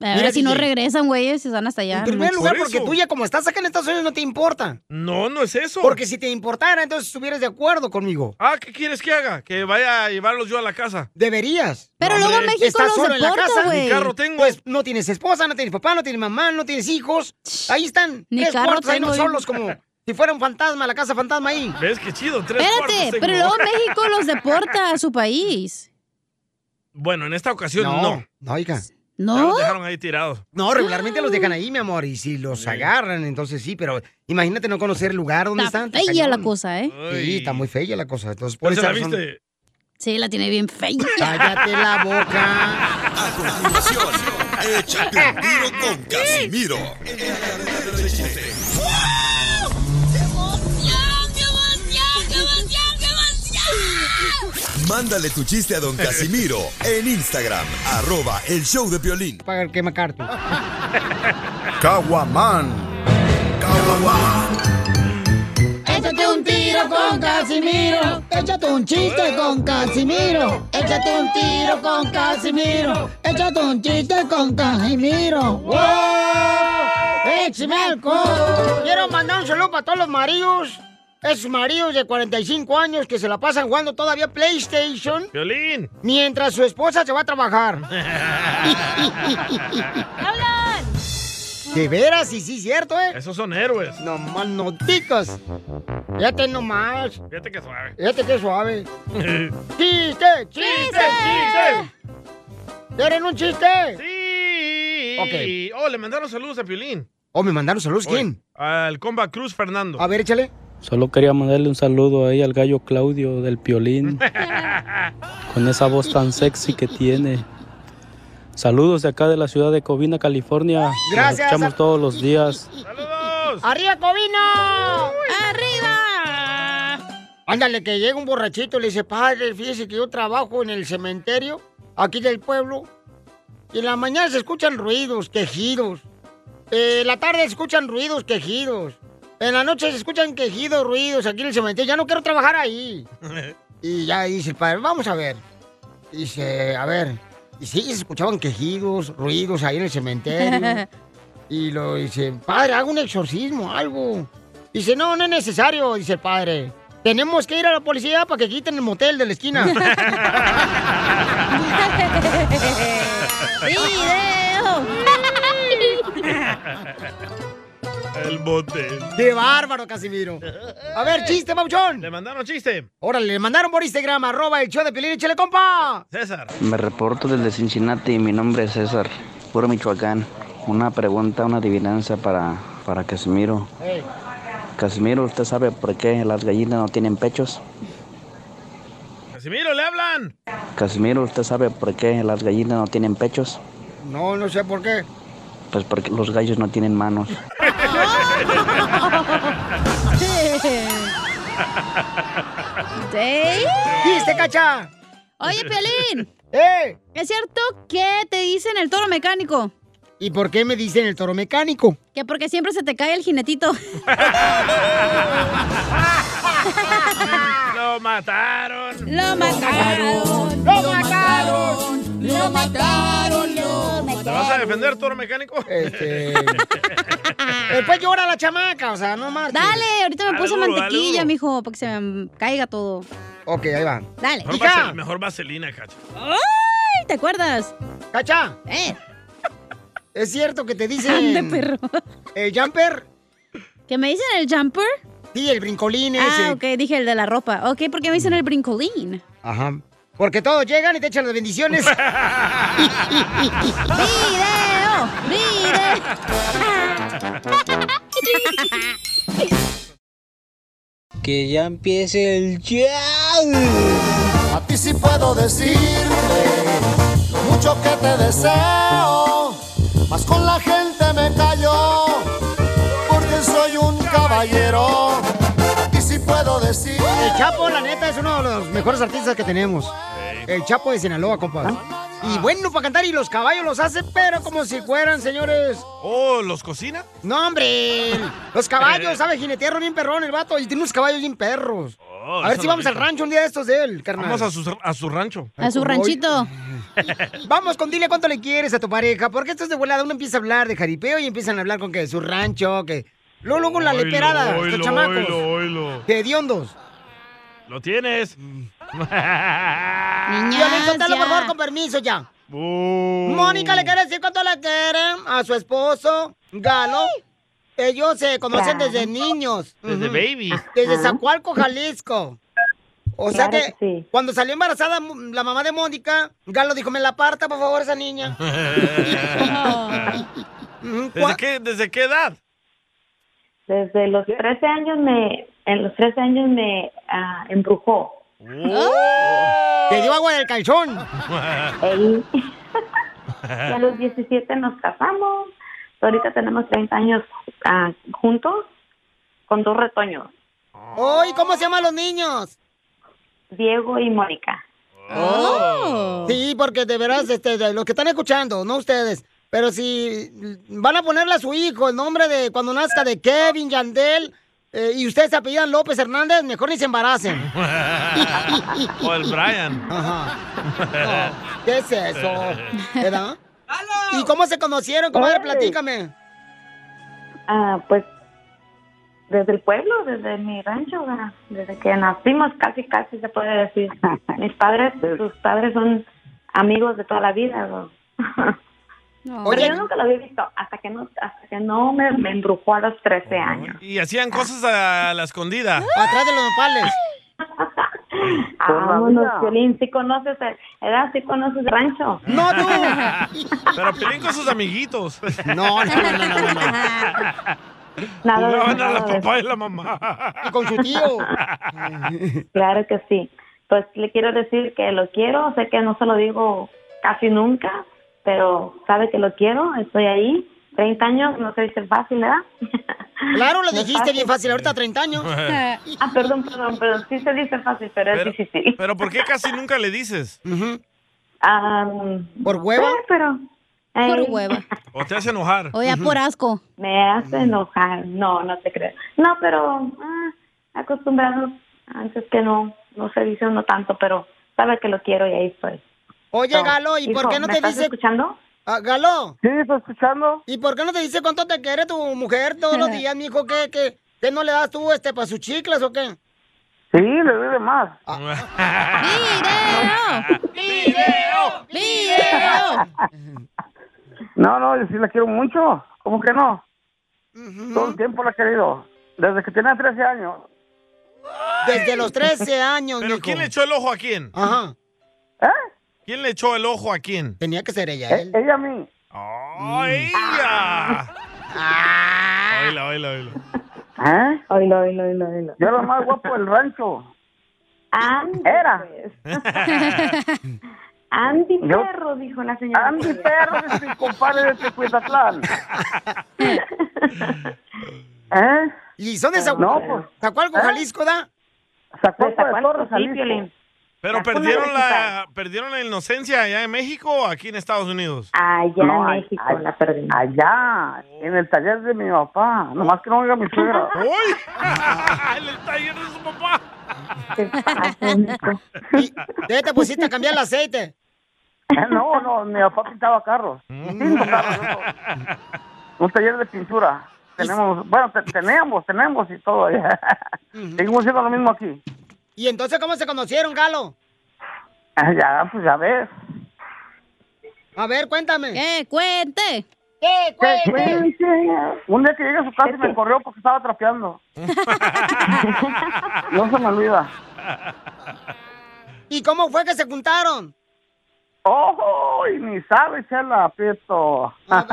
Speaker 3: A
Speaker 2: Mira,
Speaker 3: ver si no
Speaker 2: DJ.
Speaker 3: regresan, güeyes, si van hasta allá.
Speaker 1: En
Speaker 3: Ah, no
Speaker 1: primer
Speaker 3: manches.
Speaker 1: lugar, porque tú ya como estás acá en Estados Unidos no te importa.
Speaker 2: No, no es eso.
Speaker 1: Porque si te importara, entonces estuvieras de acuerdo conmigo.
Speaker 2: Ah, ¿qué quieres que haga? Que vaya a llevarlos yo a la casa.
Speaker 1: Deberías.
Speaker 2: Pero No, luego hombre. México
Speaker 1: Estás
Speaker 2: los
Speaker 1: solo en la
Speaker 2: deporta,
Speaker 1: casa.
Speaker 2: güey. Ni carro tengo.
Speaker 1: Pues no tienes esposa, no tienes papá, no tienes mamá, no tienes hijos. Ahí están.
Speaker 3: Ni
Speaker 1: tres
Speaker 3: carro
Speaker 1: cuartos, ahí no
Speaker 3: tengo yo.
Speaker 1: solos como si fuera un fantasma, la casa fantasma ahí.
Speaker 2: ¿Ves qué chido? Tres cuartos
Speaker 3: Espérate,
Speaker 2: tengo.
Speaker 3: pero luego México
Speaker 2: *laughs*
Speaker 3: los deporta a su país.
Speaker 2: Bueno, en esta ocasión
Speaker 1: No,
Speaker 2: no.
Speaker 1: No, Ah. oiga.
Speaker 2: Ya
Speaker 3: ¿No?
Speaker 2: los dejaron ahí tirados.
Speaker 1: No, regularmente los dejan ahí, mi amor, y si los agarran, entonces sí, pero imagínate no conocer el lugar donde
Speaker 3: Está
Speaker 1: están.
Speaker 3: fea la
Speaker 1: cañón.
Speaker 3: cosa, ¿eh?
Speaker 1: Sí, está muy fea la cosa. Entonces, por
Speaker 2: ¿No
Speaker 1: eso
Speaker 2: se la viste?
Speaker 3: Sí, la tiene bien fea.
Speaker 1: Cállate la boca.
Speaker 4: A continuación, échate un tiro con Casimiro. Mándale tu chiste a don Casimiro en Instagram, arroba el show de violín.
Speaker 1: Para el que me carto.
Speaker 4: Caguaman.
Speaker 1: Échate un tiro con Casimiro. Échate un chiste con Casimiro. Échate un tiro con Casimiro. Échate un chiste con Casimiro. ¡Wow! ¡Échame alcohol! ¡Oh! ¡Eh, Quiero mandar un saludo para todos los maridos. Esos maridos de 45 años que se la pasan jugando todavía PlayStation
Speaker 2: Violín.
Speaker 1: mientras su esposa se va a trabajar. De veras, y sí, cierto, ¿eh?
Speaker 2: Esos son héroes.
Speaker 1: No más noticas. Fíjate nomás.
Speaker 2: Fíjate que suave.
Speaker 1: Fíjate qué
Speaker 2: *laughs*
Speaker 1: suave. ¡Chiste! ¡Chiste! ¡Chiste! ¿Quieren un chiste?
Speaker 2: Sí. Oh, le mandaron saludos a Violín.
Speaker 1: Oh, me mandaron saludos. ¿Quién?
Speaker 2: Al comba Cruz Fernando.
Speaker 1: A ver, échale.
Speaker 9: Solo quería mandarle un saludo ahí al gallo Claudio del Piolín, con esa voz tan sexy que tiene. Saludos de acá de la ciudad de Covina, California.
Speaker 1: Gracias.
Speaker 9: Nos escuchamos todos los días.
Speaker 1: ¡Arriba, Covino! ¡Arriba! Ándale, que llega un borrachito y le dice, padre, fíjese que yo trabajo en el cementerio, aquí del pueblo, y en la mañana se escuchan ruidos, quejidos. Eh, en la tarde se escuchan ruidos, quejidos. En la noche se escuchan quejidos, ruidos aquí en el cementerio. Ya no quiero trabajar
Speaker 2: *laughs*
Speaker 1: ahí. Y ya dice el padre, vamos a ver. Dice, a ver. Y sí, se escuchaban quejidos, ruidos ahí en el cementerio. Y lo dice, padre, haga un exorcismo, algo. Dice, no, no es necesario, dice el padre. Tenemos que ir a la policía para que quiten el motel de la
Speaker 12: *laughs*
Speaker 1: esquina. *laughs*
Speaker 2: El bote.
Speaker 1: *laughs* ¡Qué bárbaro, Casimiro! A ver, chiste, Pauchón.
Speaker 2: Eh, Le mandaron chiste.
Speaker 1: Órale, le mandaron por Instagram, arroba el show de Pilín, échale, compa.
Speaker 2: César.
Speaker 11: Me reporto desde Cincinnati, mi nombre es César, puro Michoacán. Una pregunta, una adivinanza para, para Casimiro. Casimiro, ¿usted sabe por qué las gallinas no tienen pechos?
Speaker 2: Casimiro, le
Speaker 1: *laughs*
Speaker 2: hablan.
Speaker 11: Casimiro, ¿usted sabe por qué las gallinas no tienen pechos?
Speaker 1: No, no sé por qué.
Speaker 11: Pues porque los gallos no tienen manos.
Speaker 1: ¡Chiste, cacha!
Speaker 3: Oye, Piolín.
Speaker 1: *laughs* ¡Eh!
Speaker 3: ¿Es cierto que te dicen el toro mecánico?
Speaker 1: ¿Y por qué me dicen el toro mecánico?
Speaker 3: Que porque siempre se te cae el jinetito. *laughs* Este
Speaker 2: Lo mataron.
Speaker 3: Lo mataron.
Speaker 1: Lo mataron.
Speaker 12: Lo mataron.
Speaker 2: ¿Te vas a defender, toro mecánico? *laughs*
Speaker 1: Este... Después llora la chamaca, o sea, no más.
Speaker 3: Dale, ahorita me
Speaker 1: Dale
Speaker 3: puse
Speaker 1: duro, dale
Speaker 3: mantequilla,
Speaker 1: duro.
Speaker 3: mijo, para que se me caiga todo.
Speaker 1: Ok, ahí va.
Speaker 3: Dale.
Speaker 2: Mejor,
Speaker 3: Hija.
Speaker 2: vasel- mejor vaselina, Cacho.
Speaker 3: ¡Ay! ¿Te acuerdas?
Speaker 1: ¡Cacha!
Speaker 3: ¡Eh!
Speaker 1: *laughs* ¿Es
Speaker 3: *laughs*
Speaker 1: cierto que te dicen.
Speaker 3: Ande, perro.
Speaker 1: *laughs* ¿El jumper?
Speaker 3: ¿Que me dicen el jumper?
Speaker 1: Sí, el brincolín
Speaker 3: Ah, ok, dije el de la ropa. Ok, ¿por qué me dicen el brincolín?
Speaker 1: Ajá. Porque todos llegan y te echan las bendiciones.
Speaker 3: *laughs*
Speaker 1: *laughs*
Speaker 3: ¡Video!
Speaker 12: ¡Video!
Speaker 13: *laughs* Que ya empiece el jazz.
Speaker 10: A ti sí puedo decirte lo mucho que te deseo, mas con la gente me callo, porque soy un caballero. A ti sí puedo decir.
Speaker 1: El Chapo, la neta, es uno de los mejores artistas que tenemos. El Chapo de Sinaloa, compas. Y bueno para cantar y los caballos los hace, pero como si fueran, señores.
Speaker 2: Oh, ¿los cocina?
Speaker 1: No, hombre. Los caballos, ¿sabe? Jinetearon bien perrón el vato y tiene unos caballos bien perros.
Speaker 2: Oh,
Speaker 1: a ver
Speaker 2: eso
Speaker 1: si
Speaker 2: no
Speaker 1: vamos al
Speaker 2: rico.
Speaker 1: rancho un día de estos de él, carnal.
Speaker 2: Vamos a su, a su rancho.
Speaker 1: A su ranchito. *laughs* Vamos con dile cuánto le quieres a tu pareja, porque esto es de volada. Uno empieza a hablar de jaripeo y empiezan a hablar con que de su rancho, que. Luego, luego la
Speaker 2: Oilo,
Speaker 1: leperada,
Speaker 2: oilo,
Speaker 1: los chamacos.
Speaker 2: oilo, oilo.
Speaker 1: Que hediondos.
Speaker 2: Lo tienes.
Speaker 1: Violín, Sotelo, por favor, con permiso ya.
Speaker 2: Uh.
Speaker 1: Mónica le quiere decir cuánto le quiere a su esposo, Galo. Ellos se conocen desde niños.
Speaker 2: Desde
Speaker 1: Ujú.
Speaker 2: baby.
Speaker 1: Desde Zacualco, Jalisco. O sea
Speaker 2: Claro
Speaker 1: que, cuando salió embarazada m- la mamá de Mónica, Galo dijo, me la aparta, por favor, esa niña.
Speaker 2: ¿Desde qué, ¿Desde qué edad?
Speaker 26: Desde los 13 años me, en los 13 años me ah, embrujó.
Speaker 1: ¡Oh! Te dio agua del calzón.
Speaker 26: Ey.
Speaker 12: Ah.
Speaker 26: Y a los 17 nos casamos. Ahorita tenemos 30 años ah, juntos con dos retoños,
Speaker 1: Hoy, ¿cómo se llaman los niños?
Speaker 26: Diego y Mónica.
Speaker 2: Oh.
Speaker 1: Sí, porque de veras, este, de los que están escuchando, no ustedes, pero si van a ponerle a su hijo el nombre de cuando nazca de Kevin Yandel eh, y ustedes se apellidan López Hernández, mejor ni se embaracen.
Speaker 2: *laughs* o *laughs* el Brian.
Speaker 1: Oh. ¿Qué es
Speaker 2: *laughs*
Speaker 1: eso? ¿Verdad? ¿Y cómo se conocieron, comadre? Platícame.
Speaker 26: Ah, pues desde el pueblo, desde mi rancho, ¿verdad? desde que nacimos casi, casi se puede decir. Mis padres, sus padres son amigos de toda la vida. ¿no? Pero
Speaker 1: Oye.
Speaker 26: yo nunca lo había visto hasta que no, hasta que no me, me embrujó a los 13 años.
Speaker 2: Y hacían cosas a la escondida.
Speaker 1: Atrás de los nopales.
Speaker 26: Vámonos, Piolín, si conoces el, edad, si conoces el
Speaker 2: Ah.
Speaker 26: rancho.
Speaker 1: No, tú.
Speaker 2: Pero pelean con sus amiguitos.
Speaker 1: No, no, no, no.
Speaker 26: Nada de eso,
Speaker 2: Jugaban a
Speaker 26: nada
Speaker 2: la
Speaker 26: de
Speaker 2: papá y la mamá.
Speaker 1: Y con su
Speaker 2: *laughs*
Speaker 1: tío.
Speaker 26: Claro que sí. Pues le quiero decir que lo quiero, sé que no se lo digo casi nunca, pero sabe que lo quiero, estoy ahí. 30 años no se dice fácil, ¿verdad?
Speaker 1: Claro, lo
Speaker 26: No es
Speaker 1: dijiste
Speaker 26: fácil.
Speaker 1: bien fácil, ahorita 30 años.
Speaker 26: Ah, perdón, perdón, perdón, sí se dice fácil, pero, es difícil.
Speaker 2: Pero ¿por qué casi nunca le dices?
Speaker 1: ¿Por hueva?
Speaker 26: Pero, eh,
Speaker 3: Por
Speaker 26: Ay.
Speaker 3: hueva.
Speaker 2: ¿O te hace enojar?
Speaker 3: O ya por asco.
Speaker 26: Me hace enojar, no, no te creo. No, pero ah, acostumbrado, antes que no, no se dice uno tanto, pero sabe que lo quiero y ahí estoy.
Speaker 1: Oye,
Speaker 26: No.
Speaker 1: Galo, ¿y por
Speaker 26: Hijo,
Speaker 1: qué no
Speaker 26: ¿me
Speaker 1: te
Speaker 26: estás
Speaker 1: dice.
Speaker 26: escuchando?
Speaker 1: Ah, Galo.
Speaker 26: Sí, estoy escuchando.
Speaker 1: ¿Y por qué no te dice cuánto te quiere tu mujer todos
Speaker 26: *laughs*
Speaker 1: los días, mijo? ¿Qué, qué, qué no le das tú este para sus chicles o qué?
Speaker 26: Sí, le
Speaker 13: *laughs*
Speaker 26: duele más.
Speaker 1: ¡Video! ¡Video!
Speaker 26: No, no, yo sí la quiero mucho. ¿Cómo que no?
Speaker 1: Todo
Speaker 26: el tiempo la he querido. Desde que tenía 13 años.
Speaker 1: Desde los
Speaker 2: *laughs*
Speaker 1: 13 años,
Speaker 2: ¿Pero
Speaker 1: mijo.
Speaker 2: quién le echó el ojo a quién?
Speaker 1: Ajá.
Speaker 2: ¿Quién le echó el ojo a quién?
Speaker 1: Tenía que ser ella,
Speaker 2: Eh,
Speaker 1: él. Mm. Ah.
Speaker 26: Ella a mí.
Speaker 2: ¡Ay, ya!
Speaker 3: Ah.
Speaker 2: Oíla, oíla, oíla.
Speaker 26: ¿Eh? Oílo, oílo, oílo, oílo.
Speaker 2: Yo era el más
Speaker 26: guapo del rancho. Era. pues. *laughs* Andy
Speaker 12: Yo-
Speaker 26: Perro, dijo la señora. Andy Perro es mi compadre de Tecuitatlán. *laughs* ¿Eh?
Speaker 1: ¿Y son de Zacu-
Speaker 26: No, pues.
Speaker 1: Zacualco,
Speaker 26: ¿Eh?
Speaker 1: Jalisco, da?
Speaker 26: Zacualco de Torres, Jalisco. *laughs*
Speaker 2: ¿Pero
Speaker 26: Las
Speaker 2: perdieron
Speaker 26: ponen
Speaker 2: la, perdieron la inocencia allá en México o aquí en Estados
Speaker 1: *laughs*
Speaker 2: Unidos?
Speaker 26: Allá
Speaker 2: No,
Speaker 26: en
Speaker 2: ay-
Speaker 26: México
Speaker 2: ay-
Speaker 26: la perdimos. Allá, en el taller de mi papá. Nomás que no oiga mi *laughs* suegra.
Speaker 2: ¡En el taller de su papá!
Speaker 1: *laughs* ¿De te pusiste a cambiar el
Speaker 26: *laughs*
Speaker 1: aceite?
Speaker 26: Eh, No, no, mi papá pintaba carros. Pinto carros, yo. Un taller de pintura. Tenemos, bueno, te- tenemos, tenemos y todo. Seguimos siendo lo mismo aquí.
Speaker 1: ¿Y entonces cómo se conocieron, Galo?
Speaker 27: Ah, Ya, pues a ver.
Speaker 1: A ver, cuéntame.
Speaker 3: ¡Que cuente!
Speaker 1: ¡Que
Speaker 27: Que cuente. Un día que llegué a su casa y me corrió porque estaba
Speaker 26: *laughs*
Speaker 27: trapeando. no se me olvida.
Speaker 1: ¿Y cómo fue que se juntaron?
Speaker 27: ¡Oh! Y ni sabes, chela, Prieto. *laughs* ¿Para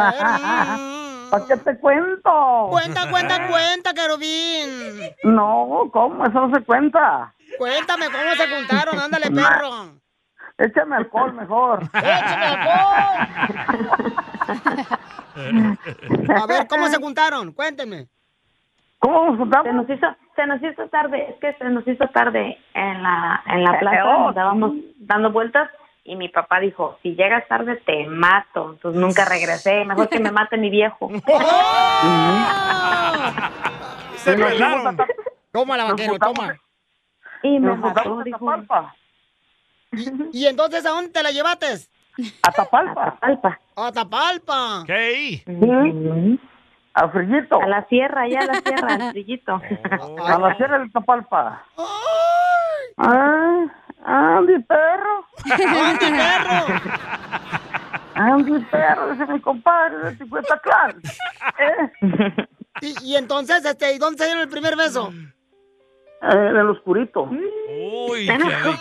Speaker 27: qué te cuento?
Speaker 1: mm. Cuenta,
Speaker 2: *laughs*
Speaker 27: *laughs*
Speaker 1: cuenta, cuenta, Querubín.
Speaker 27: No, ¿cómo? Eso no se cuenta.
Speaker 1: Cuéntame cómo se juntaron, ándale, perro.
Speaker 27: Échame alcohol mejor.
Speaker 1: *laughs* ¡Échame alcohol! A ver, ¿cómo se juntaron? Cuéntenme.
Speaker 27: ¿Cómo nos juntamos?
Speaker 26: Se nos hizo, se nos hizo tarde, es que se nos hizo tarde en la, en la plaza,
Speaker 27: Oh,
Speaker 26: nos estábamos dando vueltas y mi papá dijo, si llegas tarde te mato, entonces nunca regresé, mejor que me mate mi viejo.
Speaker 27: Se pelaron.
Speaker 1: Toma la vaquero, toma.
Speaker 26: Y me
Speaker 27: Nos
Speaker 26: mató,
Speaker 27: juntamos en
Speaker 26: dijo.
Speaker 27: Tapalpa.
Speaker 1: ¿Y entonces a dónde te la llevaste?
Speaker 27: A Tapalpa.
Speaker 26: Alpa.
Speaker 1: A Tapalpa.
Speaker 2: ¿Qué?
Speaker 27: Sí. A Frillito.
Speaker 26: A la sierra, allá *laughs* a la sierra,
Speaker 27: *laughs*
Speaker 26: al brillito.
Speaker 27: A la sierra de Tapalpa. Ah, Andy perro.
Speaker 1: Andy perro.
Speaker 27: Andy perro, ese es mi compadre de 50 claras. Eh,
Speaker 1: *laughs* Y, y entonces, este, ¿y dónde se dieron el primer beso?
Speaker 27: en el Eh, oscurito.
Speaker 2: Uy, qué rico.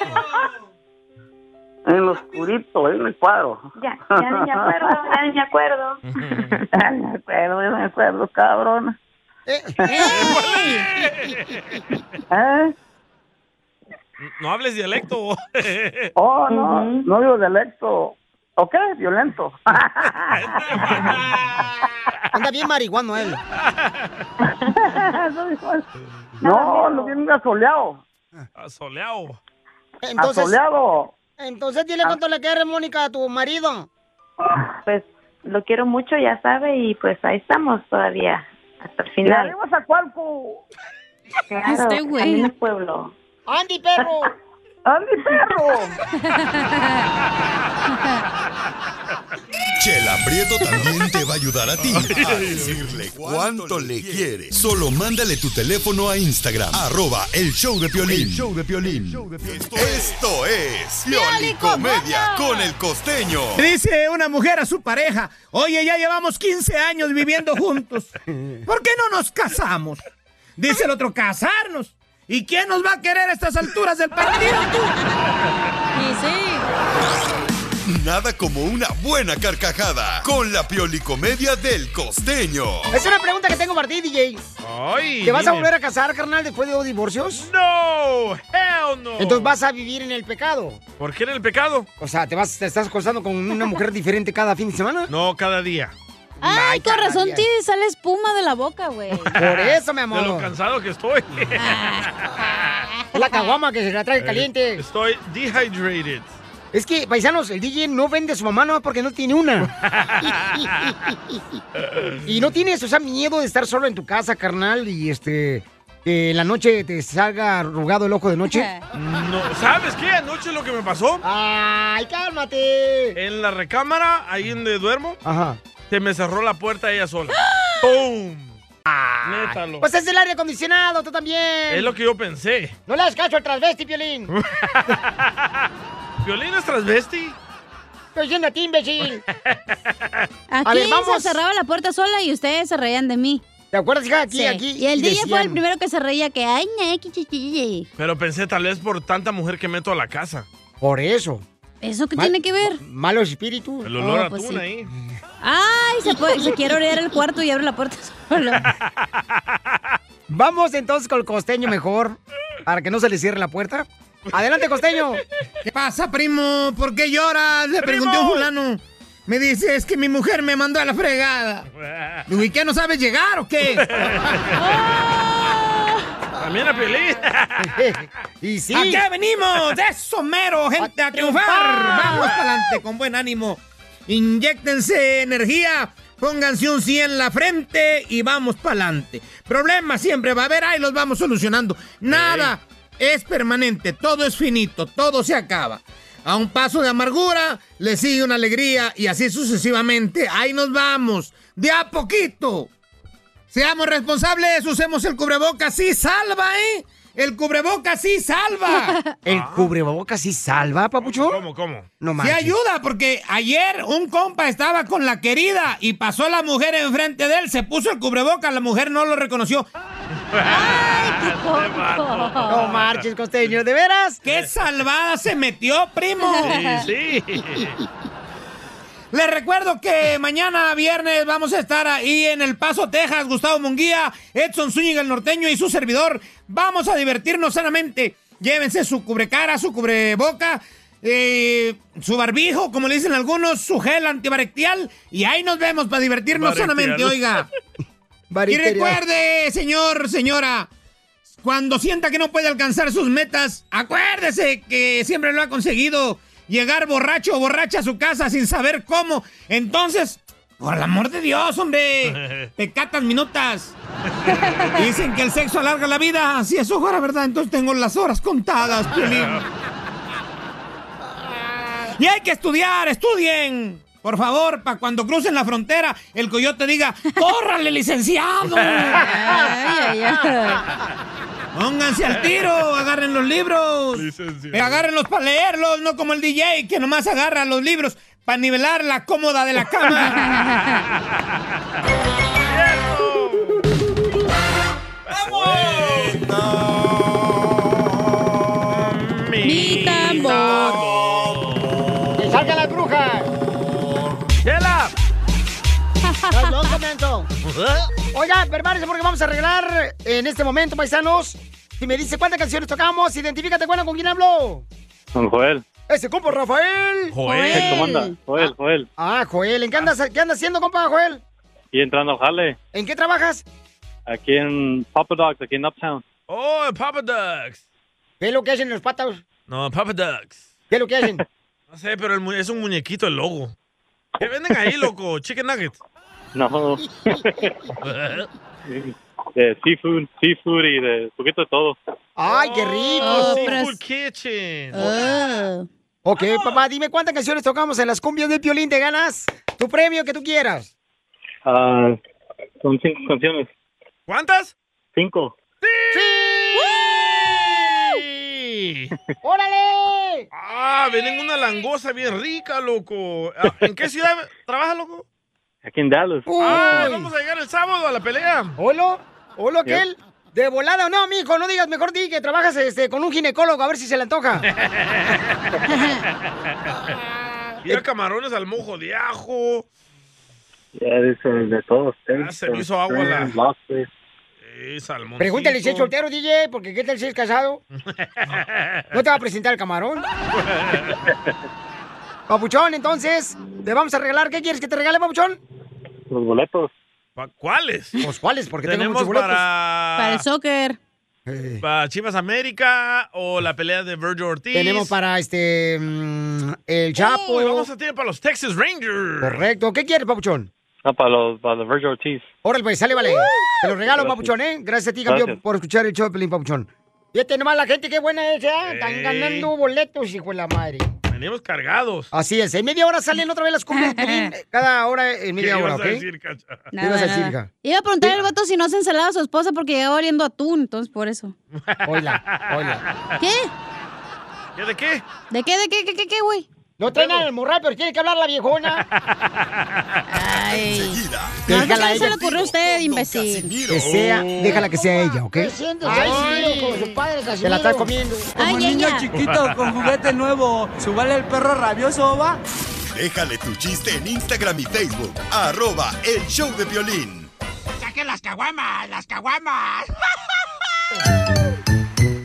Speaker 27: En el oscurito, ahí en el cuadro.
Speaker 26: Ya, ya ni me acuerdo, ya ni me acuerdo.
Speaker 27: Ya me acuerdo, ya me acuerdo, cabrón. ¿Eh?
Speaker 2: No hables dialecto. *laughs*
Speaker 27: Oh, no, no digo dialecto. ¿O qué? Violento. *laughs*
Speaker 1: Anda bien marihuano él.
Speaker 27: no, lo tienen asoleado.
Speaker 2: Asoleado.
Speaker 1: Entonces,
Speaker 27: Asoleado. Ah.
Speaker 1: entonces dile cuánto le quieres, Mónica, a tu marido.
Speaker 26: Pues lo quiero mucho, ya sabe, y pues ahí estamos todavía, hasta el
Speaker 27: Y
Speaker 26: final.
Speaker 27: arriba Zacualco.
Speaker 26: Claro,
Speaker 27: Este güey.
Speaker 26: también es pueblo.
Speaker 1: ¡Andy, perro!
Speaker 27: ¡Andy, perro!
Speaker 4: Chela Prieto también te va a ayudar
Speaker 2: *laughs*
Speaker 4: a ti a decirle cuánto le quiere. Solo mándale tu teléfono a Instagram, arroba el show de Piolín.
Speaker 15: El
Speaker 4: show de Esto es Pioli Comedia con el costeño.
Speaker 15: Le Dice una mujer a su pareja, oye, ya llevamos 15 años viviendo juntos, ¿por qué no nos casamos? Dice el otro, casarnos. ¿Y quién nos va a querer a estas alturas del partido tú?
Speaker 4: Nada como una buena carcajada con la Pioli Comedia del costeño.
Speaker 1: Es una pregunta que tengo para ti, DJ.
Speaker 2: Ay,
Speaker 1: ¿Te vas a
Speaker 2: dime.
Speaker 1: volver a casar, carnal, después de dos divorcios?
Speaker 2: ¡No! ¡Hell no!
Speaker 1: Entonces vas a vivir en el pecado.
Speaker 2: ¿Por qué en el pecado?
Speaker 1: O sea, ¿te, vas, te estás acostando con una mujer diferente cada fin de semana?
Speaker 2: No, cada día.
Speaker 3: Ay, con razón te sale espuma de la boca, güey.
Speaker 1: *laughs*
Speaker 2: *laughs*
Speaker 1: Por eso, mi amor.
Speaker 2: De lo cansado que estoy.
Speaker 1: Es la caguama que se la Ah, trae
Speaker 2: Eh,
Speaker 1: caliente.
Speaker 2: Estoy
Speaker 1: *laughs*
Speaker 2: dehydrated.
Speaker 1: Es que, paisanos, el DJ no vende a su mamá no porque no tiene una.
Speaker 2: *laughs*
Speaker 1: y no tienes, o sea, miedo de estar solo en tu casa, carnal, y este... Que en la noche te salga arrugado el ojo de noche.
Speaker 2: *laughs*
Speaker 1: Mm.
Speaker 2: No, ¿Sabes qué? Anoche lo que me pasó.
Speaker 1: ¡Ay, cálmate!
Speaker 2: En la recámara, ahí donde duermo,
Speaker 1: Ajá.
Speaker 2: se me cerró la puerta
Speaker 1: *gasps*
Speaker 2: ella sola. ¡Pum! Nétalo.
Speaker 1: Pues es el aire acondicionado, tú también.
Speaker 2: Es lo que yo pensé.
Speaker 1: No le hagas cacho al transvesti,
Speaker 2: *laughs*
Speaker 1: Piolín. Pues,
Speaker 2: ¿Violín es transvesti?
Speaker 1: Estoy diciendo a ti, imbécil.
Speaker 3: Aquí
Speaker 1: A ver,
Speaker 3: se
Speaker 1: vamos.
Speaker 3: cerraba la puerta sola y ustedes se reían de mí.
Speaker 1: ¿Te acuerdas, hija? Aquí,
Speaker 3: Sí.
Speaker 1: aquí
Speaker 3: Y el DJ fue el
Speaker 1: decían-
Speaker 3: primero que se reía que, ay, ne, que chi, chi, chi".
Speaker 2: Pero pensé tal vez por tanta mujer que meto a la casa.
Speaker 1: Por eso.
Speaker 3: ¿Eso qué
Speaker 1: Mal-
Speaker 3: tiene que ver?
Speaker 1: Malos espíritus.
Speaker 2: El olor
Speaker 3: Oh,
Speaker 2: a
Speaker 3: pues
Speaker 2: tuna
Speaker 3: sí. *laughs*
Speaker 2: ahí.
Speaker 3: Ay, se, puede- se quiere orear el cuarto y abre la puerta solo.
Speaker 2: *laughs*
Speaker 1: Vamos entonces con el costeño mejor, para que no se le cierre la puerta. Adelante, costeño.
Speaker 15: ¿Qué pasa, primo? ¿Por qué lloras? Le pregunté a un fulano. Me dice, es que mi mujer me mandó a la fregada. *laughs* Digo, ¿y qué, no sabes llegar o *laughs* qué?
Speaker 2: También
Speaker 15: *laughs*
Speaker 2: a Piolín.
Speaker 1: y sí.
Speaker 15: ¿A qué venimos? ¡De eso mero, gente! ¡A, triunfar!
Speaker 2: triunfar!
Speaker 15: Vamos adelante con buen ánimo. Inyéctense energía, pónganse un 100 en la frente y vamos para adelante. Problemas siempre va a haber, ahí los vamos solucionando. Nada es permanente, todo es finito, todo se acaba. A un paso de amargura le sigue una alegría y así sucesivamente. Ahí nos vamos, de a poquito. Seamos responsables, usemos el cubrebocas, sí salva, ¿eh? El cubrebocas sí salva.
Speaker 1: ¿El cubrebocas sí salva, papucho?
Speaker 2: Ah. ¿Cómo, cómo?
Speaker 1: No
Speaker 15: Sí
Speaker 1: manches.
Speaker 15: ayuda, porque ayer un compa estaba con la querida y pasó la mujer enfrente de él, se puso el cubrebocas, la mujer no lo
Speaker 2: *laughs*
Speaker 15: reconoció.
Speaker 1: No marches, costeño, ¿de veras?
Speaker 15: ¡Qué salvada se metió, primo!
Speaker 2: Sí, sí.
Speaker 15: Les recuerdo que mañana viernes vamos a estar ahí en El Paso, Texas. Gustavo Munguía, Edson Zúñiga el norteño y su servidor. Vamos a divertirnos sanamente. Llévense su cubrecara, su cubreboca, eh, su barbijo, como le dicen algunos, su gel antibacterial. Y ahí nos vemos para divertirnos
Speaker 2: Bacterial.
Speaker 15: sanamente, oiga. y
Speaker 2: Bacterial.
Speaker 15: recuerde, señor, señora, cuando sienta que no puede alcanzar sus metas, acuérdese que siempre lo ha conseguido llegar borracho o borracha a su casa sin saber cómo. Entonces, por el amor de Dios, hombre, te catas minutas. *laughs* Dicen que el sexo alarga la vida. Si eso fuera verdad, entonces tengo las horas contadas, Piolín. Y hay que estudiar, estudien. Por favor, para cuando crucen la frontera, el coyote diga, ¡córrale, licenciado!
Speaker 12: *laughs* Ay, ay, ay.
Speaker 15: Pónganse al tiro, agarren los libros. Pero agárrenlos para leerlos, no como el DJ que nomás agarra los libros para nivelar la cómoda de la
Speaker 12: *laughs*
Speaker 15: cama.
Speaker 1: Mi tambor. ¡Que salgan las brujas!
Speaker 2: ¡Chela!
Speaker 1: Estás loco,
Speaker 6: *laughs*
Speaker 1: Mento. Oiga, prepárense porque vamos a arreglar en este momento, paisanos. Si me dice cuántas canciones tocamos, identifícate, bueno, con quién hablo.
Speaker 6: Don Joel.
Speaker 1: Ese compa Rafael.
Speaker 6: Eh, ¿Cómo anda? Joel, Joel.
Speaker 1: Ah, Joel, ¿en qué andas, qué andas haciendo, compa Joel?
Speaker 6: Y entrando al jale.
Speaker 1: ¿En qué trabajas?
Speaker 6: Aquí en Papa Dogs, aquí en Uptown.
Speaker 2: Oh, Papa Ducks.
Speaker 1: ¿Qué es lo que hacen los patas?
Speaker 2: No, Papa Ducks.
Speaker 1: ¿Qué es lo que hacen?
Speaker 2: *laughs* No sé, pero el mu- es un muñequito el logo. ¿Qué venden ahí, loco? Chicken nuggets. *laughs*
Speaker 6: No. de seafood, seafood y de poquito de todo.
Speaker 1: ¡Ay, qué rico! Oh.
Speaker 2: Oh, Seafood Kitchen.
Speaker 1: Ok, papá, dime cuántas canciones tocamos en las cumbias del violín. Te ganas tu premio que tú quieras.
Speaker 6: Ah, son cinco canciones.
Speaker 2: ¿Cuántas?
Speaker 6: Cinco.
Speaker 2: Sí.
Speaker 1: ¡Órale!
Speaker 2: Ah, venden una langosta bien rica, loco. Ah, ¿En qué ciudad trabaja, loco?
Speaker 6: Aquí en Dallas.
Speaker 2: Ah, vamos a llegar el sábado a la pelea.
Speaker 1: ¿Holo? ¿Holo aquel? De volada, no, mijo, no digas, mejor di que trabajas este, con un ginecólogo, a ver si se le
Speaker 2: *laughs*
Speaker 1: antoja.
Speaker 2: Mira camarones al mojo de ajo.
Speaker 6: Ya dice de todos. Ah,
Speaker 2: se me hizo agua la- Eh, salmoncito.
Speaker 1: Pregúntale si es soltero, DJ, porque qué tal si es casado. ¿No te va a presentar el
Speaker 2: *laughs*
Speaker 1: camarón? Papuchón, entonces, te vamos a regalar. ¿Qué quieres que te regale, Papuchón?
Speaker 6: Los boletos.
Speaker 2: ¿Pa- ¿Cuáles?
Speaker 1: Pues cuáles, porque tengo
Speaker 2: tenemos
Speaker 1: muchos boletos.
Speaker 2: para...
Speaker 3: Para el soccer.
Speaker 2: para Chivas América o la pelea de Virgil Ortiz.
Speaker 1: Tenemos para este. mm, el Chapo.
Speaker 2: Uy, vamos a tener para los Texas Rangers.
Speaker 1: Correcto. ¿Qué quieres, Papuchón?
Speaker 6: No, Ah, para los, para los Virgil Ortiz.
Speaker 1: Órale, pues, sale, vale. *laughs* Te lo regalo,
Speaker 6: Gracias.
Speaker 1: Papuchón, ¿eh? Gracias a ti, campeón,
Speaker 6: Gracias.
Speaker 1: por escuchar el show de Pelín, Papuchón. Fíjate nomás la gente, qué buena es, ¿ah?
Speaker 2: Ey.
Speaker 1: Están ganando boletos, hijo de la madre.
Speaker 2: Venimos cargados.
Speaker 1: Así es, en media hora salen otra vez las cumbias, Pelín,
Speaker 3: *laughs*
Speaker 1: eh, cada hora en media
Speaker 2: ¿Qué
Speaker 1: hora,
Speaker 2: ibas
Speaker 1: ¿ok?
Speaker 2: a decir, Cacha?
Speaker 1: ¿Qué ibas a decir, hija?
Speaker 3: Iba a preguntar al vato si no se ensalaba a su esposa porque llegaba oliendo atún, entonces por
Speaker 1: *laughs*
Speaker 3: eso.
Speaker 1: Hola, hola.
Speaker 3: ¿Qué?
Speaker 2: ¿Qué de qué?
Speaker 3: ¿De qué, de qué, qué, qué, qué, güey?
Speaker 1: No traen al morral, pero tiene que hablar la viejona.
Speaker 3: *laughs* Ay. No,
Speaker 1: Déjala
Speaker 3: eso
Speaker 1: a
Speaker 3: no se
Speaker 1: ella.
Speaker 3: le ocurrió a usted, imbécil.
Speaker 1: Que sea, déjala que sea ella, ¿ok?
Speaker 3: ¿Qué
Speaker 1: Ay, como su padre, Te la estás comiendo.
Speaker 3: Ay,
Speaker 1: Como niño
Speaker 3: ella.
Speaker 1: chiquito con juguete
Speaker 13: nuevo, subale el perro rabioso, va.
Speaker 4: Déjale tu chiste en Instagram y Facebook. Arroba el show de violín.
Speaker 12: ¡Saque las caguamas! ¡Las caguamas!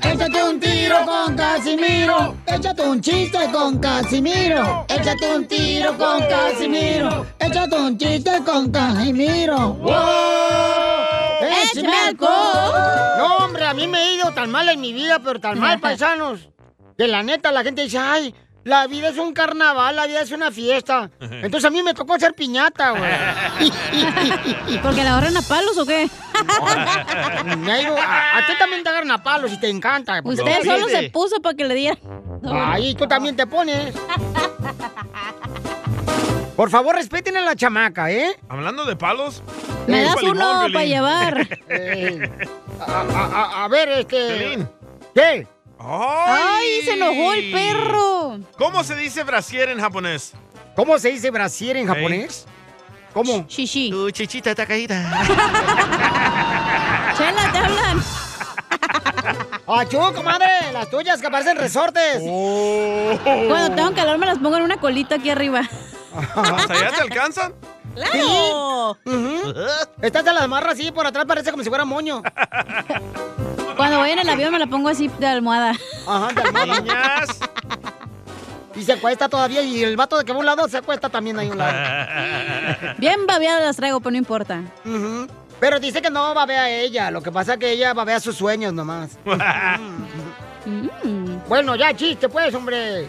Speaker 1: Échate un tiro con Casimiro. Échate un chiste con Casimiro. Échate un tiro con Casimiro. Échate un chiste con Casimiro. ¡Wow! ¡Eh,
Speaker 3: ¡Eh,
Speaker 12: ¡Échame alcohol!
Speaker 1: No, hombre, a mí me he ido tan mal en mi vida, pero
Speaker 3: *laughs*
Speaker 1: tan mal, paisanos. Que la neta, la gente dice, ay, la vida es un carnaval, la vida es una fiesta. Entonces a mí me tocó ser piñata, güey.
Speaker 3: *laughs* ¿Porque la agarran a palos o qué?
Speaker 1: Me digo, a, a ti también te agarran a palos y te encanta. porque
Speaker 3: Usted
Speaker 1: lo
Speaker 3: solo
Speaker 1: pide.
Speaker 3: se puso para que le diera. No, bueno.
Speaker 1: Ahí tú también te pones. Por favor, respeten a la chamaca, ¿eh?
Speaker 2: Hablando de palos.
Speaker 1: Me das
Speaker 2: Palimón,
Speaker 1: uno *laughs*
Speaker 2: Piolín.
Speaker 1: pa' llevar. A, a- a- a ver, este. usted.
Speaker 3: ¡Ay! se enojó el perro!
Speaker 2: ¿Cómo se dice brasier en japonés?
Speaker 1: ¿Cómo se dice brasier en japonés? ¿Cómo?
Speaker 3: Shishi.
Speaker 2: Tu chichita está caída.
Speaker 3: Chela, te
Speaker 1: *laughs*
Speaker 3: hablan.
Speaker 1: ¡Achú, comadre! Las tuyas que parecen resortes.
Speaker 3: Oh. Cuando tengo calor me las pongo en una colita aquí arriba.
Speaker 2: ¿Hasta allá te alcanzan?
Speaker 3: ¡Claro!
Speaker 1: Ujú. Estas se las amarra así, por atrás parece como si fuera moño.
Speaker 3: Cuando voy en el avión me la pongo así de almohada.
Speaker 1: Ajá, de almohada. Y se acuesta todavía y el vato de que va a un lado se acuesta también ahí a un lado.
Speaker 3: Bien babeadas las traigo, pero no importa.
Speaker 1: Ujú. Pero dice que no babea a ella, lo que pasa es que ella babea sus
Speaker 3: *laughs*
Speaker 1: sueños nomás.
Speaker 3: Mm.
Speaker 1: bueno, ya chiste pues, hombre.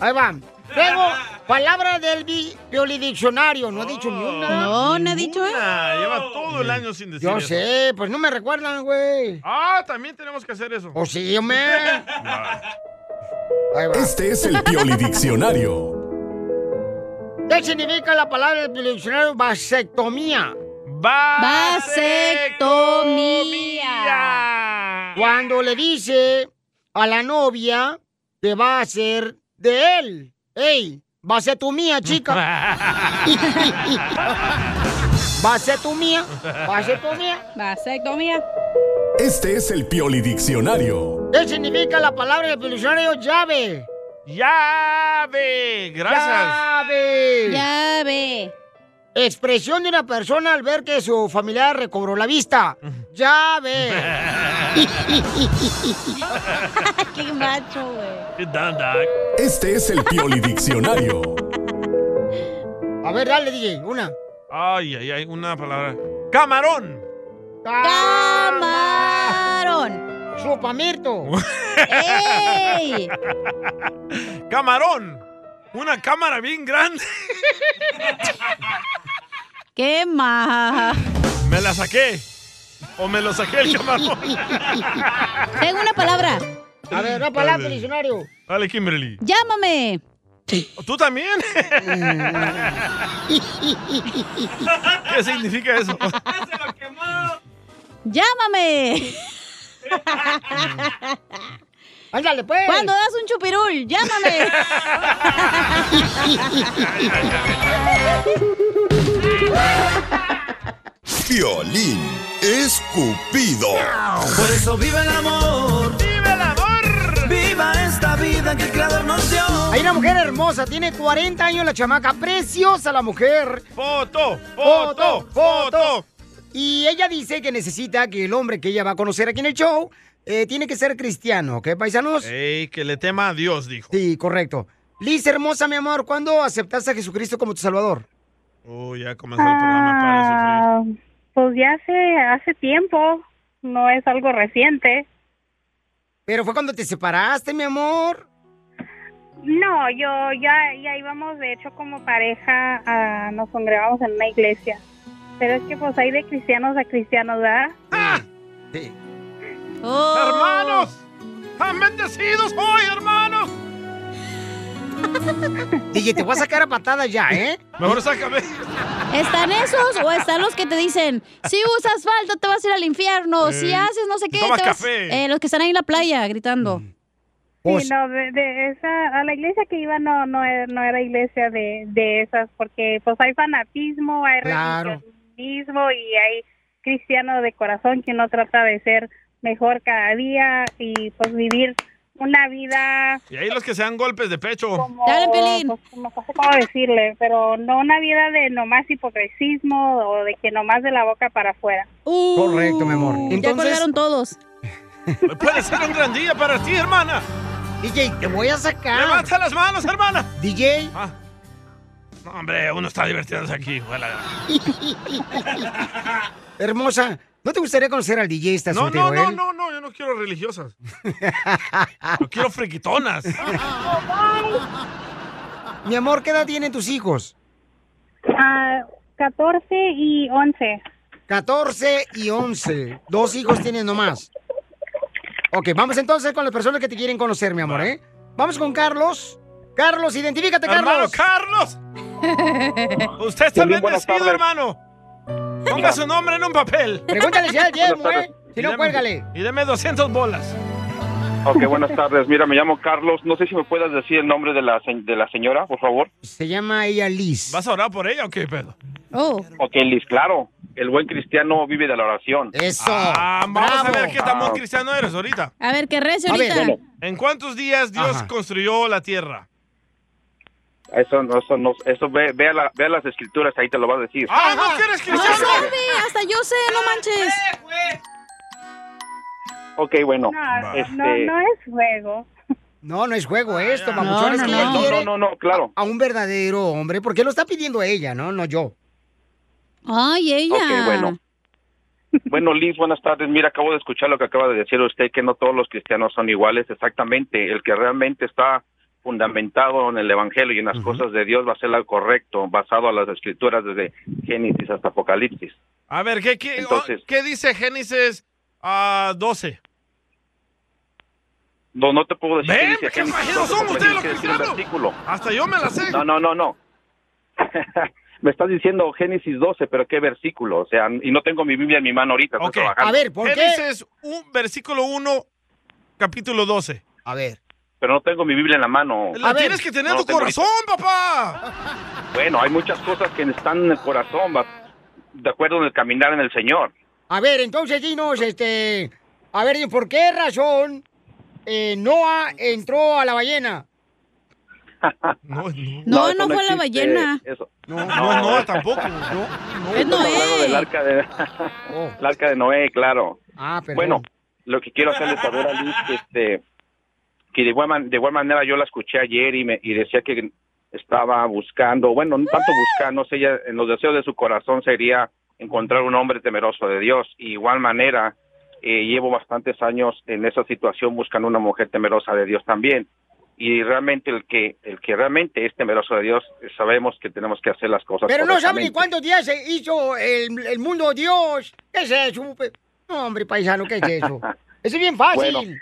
Speaker 1: Ahí va. Luego, palabra del vi- violidiccionario. No he dicho ni una.
Speaker 3: No, no he dicho
Speaker 2: *laughs* Ah, lleva todo el año sin decir
Speaker 1: Yo
Speaker 2: eso.
Speaker 1: sé, pues no me recuerdan, güey.
Speaker 2: Ah, también tenemos que hacer eso.
Speaker 1: O sí, hombre.
Speaker 2: *laughs*
Speaker 17: Este es el Pioli Diccionario.
Speaker 1: ¿Qué significa la palabra del diccionario vasectomía?
Speaker 3: Vasectomía.
Speaker 1: Cuando le dice a la novia que va a ser de él. ¡Ey! Va a ser tu mía, chica. *laughs* va a ser tu mía. Va a ser tu mía.
Speaker 3: Vasectomía.
Speaker 17: Este es el Pioli Diccionario.
Speaker 1: ¿Qué significa la palabra del diccionario llave?
Speaker 2: Llave. Gracias.
Speaker 1: Llave.
Speaker 3: Llave.
Speaker 1: Expresión de una persona al ver que su familiar recobró la vista.
Speaker 3: *laughs*
Speaker 1: Llave.
Speaker 3: Qué macho, güey.
Speaker 17: Este es el Pioli Diccionario.
Speaker 1: A ver, dale, DJ, una.
Speaker 2: Ay, ay, ay, una palabra. Camarón.
Speaker 3: Camarón.
Speaker 2: *laughs*
Speaker 1: Chupamirto.
Speaker 3: ¡Ey!
Speaker 2: Camarón. Una cámara bien grande.
Speaker 3: ¡Qué maja!
Speaker 2: *laughs* Me la saqué. O me lo saqué *laughs* el camarón.
Speaker 3: Tengo una palabra.
Speaker 1: A ver, una
Speaker 2: palabra,
Speaker 1: del diccionario.
Speaker 2: Dale, Kimberly.
Speaker 3: ¡Llámame!
Speaker 2: ¿Tú también?
Speaker 1: *laughs*
Speaker 2: ¿Qué significa eso?
Speaker 3: ¡Llámame!
Speaker 1: Ándale, pues.
Speaker 3: Cuando das un chupirul, llámame.
Speaker 4: Piolín Escupido.
Speaker 13: Por eso vive el amor.
Speaker 2: ¡Vive el amor!
Speaker 13: ¡Viva esta vida que el creador nos dio!
Speaker 1: Hay una mujer hermosa, tiene 40 años la chamaca, preciosa la mujer.
Speaker 2: Foto, foto, foto.
Speaker 1: Y ella dice que necesita que el hombre que ella va a conocer aquí en el show eh, tiene que ser cristiano, ¿ok, paisanos?
Speaker 2: Ey, que le tema a Dios, dijo.
Speaker 1: Sí, correcto. Liz, hermosa, mi amor, ¿cuándo aceptaste a Jesucristo como tu salvador?
Speaker 2: Oh, ya comenzó el programa para eso.
Speaker 27: Ah, pues ya hace, hace tiempo, no es algo reciente.
Speaker 1: Pero fue cuando te separaste, mi amor.
Speaker 27: No, yo ya, ya íbamos, de hecho, como pareja, ah, nos congregamos en una iglesia. Pero es que pues hay de cristianos a cristianos, ¿verdad?
Speaker 2: ¡Hermanos! ¡Han bendecidos hoy, hermanos!
Speaker 1: DJ, te voy a sacar a patadas ya, ¿eh?
Speaker 2: Mejor sácame.
Speaker 3: ¿Están esos o están los que te dicen, si usas asfalto te vas a ir al infierno, si
Speaker 2: Eh,
Speaker 27: Ey,
Speaker 3: haces no sé qué,
Speaker 27: tomas
Speaker 3: te vas-
Speaker 27: café.
Speaker 3: eh, los que están ahí en la playa
Speaker 2: Mm.
Speaker 3: gritando.
Speaker 2: Pues,
Speaker 27: Sí, no, de, de esa, a la iglesia que iba no, no, e- no era iglesia de, de esas, porque pues hay fanatismo,
Speaker 12: *laughs*
Speaker 27: hay
Speaker 1: Claro.
Speaker 27: religionismo y hay cristiano de corazón que no trata de ser mejor cada día y pues vivir una vida
Speaker 2: Y ahí los que se dan golpes de pecho.
Speaker 27: como, pues, como- no sé cómo decirle, pero no una vida de nomás hipocresismo o de que nomás de la boca para afuera.
Speaker 1: Correcto, mi amor.
Speaker 3: ya
Speaker 1: Entonces,
Speaker 3: colgaron todos.
Speaker 2: Puede ser un gran día para ti, hermana.
Speaker 1: DJ, te voy a sacar.
Speaker 2: Levanta las manos, hermana. Ah.
Speaker 1: DJ.
Speaker 2: No, hombre, uno está divirtiéndose aquí. hijo de la-
Speaker 1: *laughs* hermosa, ¿no te gustaría conocer al DJ? ¿Estás
Speaker 2: No,
Speaker 1: soltero,
Speaker 2: no, no,
Speaker 1: él?
Speaker 2: no, no, yo no quiero religiosas. Yo quiero
Speaker 1: Ah,
Speaker 2: friquitonas.
Speaker 1: *laughs* Mi amor, ¿qué edad tienen tus hijos?
Speaker 27: Ah, 14 y 11.
Speaker 1: 14 y 11. Dos hijos tienen nomás. Ok, vamos entonces con las personas que te quieren conocer, mi amor, ¿eh? Vamos con Carlos. Carlos, identifícate,
Speaker 2: Hermano
Speaker 1: Carlos.
Speaker 2: Carlos.
Speaker 1: *laughs*
Speaker 2: Usted está
Speaker 1: Piolín, buenas
Speaker 2: bendecido,
Speaker 1: tardes.
Speaker 2: hermano. Ponga su nombre en un papel.
Speaker 1: Pregúntale si es el diezmo,
Speaker 2: Buenas
Speaker 1: ¿eh?
Speaker 2: tardes.
Speaker 1: Si
Speaker 2: Y
Speaker 1: no,
Speaker 2: deme-
Speaker 1: cuélgale.
Speaker 2: Y deme 200 bolas.
Speaker 6: Ok, buenas tardes. Mira, me llamo Carlos. No sé si me puedas decir el nombre de la, se- de la señora, por favor.
Speaker 1: Se llama ella Liz.
Speaker 2: ¿Vas a orar por ella o qué pedo?
Speaker 3: Oh.
Speaker 6: Ok, Liz, claro. El buen cristiano vive de la oración.
Speaker 1: Eso.
Speaker 2: Ah, vamos a ver qué tan buen
Speaker 6: Ah.
Speaker 2: cristiano eres ahorita.
Speaker 3: A ver, ¿qué reza ahorita?
Speaker 2: ¿En cuántos días Dios construyó la tierra?
Speaker 6: Eso no, eso no, eso ve, ve, a la- ve a las escrituras, ahí te lo va a decir.
Speaker 2: ¡Ah, no quieres
Speaker 3: ¡No sabe! ¡Hasta yo sé! ¡No manches!
Speaker 6: Ok, bueno.
Speaker 27: No,
Speaker 6: este,
Speaker 27: no, no es juego.
Speaker 1: No, no es juego esto, mamuchón. es que ella
Speaker 6: Ah, no,
Speaker 1: quiere
Speaker 6: no, no, no, claro.
Speaker 1: A un verdadero hombre, porque lo está pidiendo ella, ¿no? No yo.
Speaker 3: Ay, ella.
Speaker 6: Ok, bueno. Bueno, Liz, buenas tardes. Mira, acabo de escuchar lo que acaba de decir usted, que no todos los cristianos son iguales. Exactamente, el que realmente está fundamentado en el Evangelio y en las cosas de Dios va a ser el correcto, basado a las escrituras desde Génesis hasta Apocalipsis.
Speaker 2: A ver, ¿qué, qué,
Speaker 6: Entonces-
Speaker 2: oh, ¿qué dice Génesis ah, 12?
Speaker 6: No, no te puedo decir
Speaker 2: Ven,
Speaker 6: dice
Speaker 2: qué
Speaker 6: Génesis,
Speaker 2: fajidos
Speaker 6: no te
Speaker 2: son
Speaker 6: puedo
Speaker 2: ustedes
Speaker 6: decir
Speaker 2: los
Speaker 6: qué dice el
Speaker 2: cristianos.
Speaker 6: versículo.
Speaker 2: Hasta yo me la sé.
Speaker 6: No, no, no, no. *laughs* Me estás diciendo Génesis 12, pero qué versículo, o sea, y no tengo mi Biblia en mi mano ahorita, estoy trabajando.
Speaker 2: Génesis un, versículo 1, capítulo 12.
Speaker 1: A ver.
Speaker 6: Pero no tengo mi Biblia en la mano.
Speaker 2: La tienes que tener
Speaker 6: No
Speaker 2: en tu
Speaker 6: tengo ahorita.
Speaker 2: corazón, papá.
Speaker 6: Bueno, hay muchas cosas que están en el corazón, va- de acuerdo en el caminar en el Señor.
Speaker 1: A ver, entonces dinos, este. A ver, ¿por qué razón eh, Noah entró a la ballena?
Speaker 2: No,
Speaker 12: este,
Speaker 2: no.
Speaker 3: No,
Speaker 6: eso
Speaker 3: no fue la
Speaker 6: existe,
Speaker 3: ballena.
Speaker 12: eh,
Speaker 6: eso.
Speaker 2: No,
Speaker 6: no, no,
Speaker 2: tampoco.
Speaker 12: *laughs*
Speaker 6: Es
Speaker 3: no
Speaker 6: Luego del arca de, *laughs*
Speaker 12: Oh.
Speaker 6: el arca de Noé, claro.
Speaker 1: Ah, perdón.
Speaker 6: Bueno, lo que quiero hacerle saber a Liz, este, que de igual, man- de igual manera yo la escuché ayer y, me, y decía que estaba buscando, bueno, no tanto buscar, no sé, ella, en los deseos de su corazón sería encontrar un hombre temeroso de Dios. Y igual manera, eh, llevo bastantes años en esa situación buscando una mujer temerosa de Dios también. Y realmente el que, el que realmente es temeroso de Dios, eh, sabemos que tenemos que hacer las cosas
Speaker 1: Pero no saben ni
Speaker 6: correctamente.
Speaker 1: cuántos días se hizo el, el mundo Dios. ¿Qué es eso? pe- No, hombre, paisano, ¿qué es
Speaker 6: *laughs*
Speaker 1: eso? Eso es bien fácil.
Speaker 6: Bueno.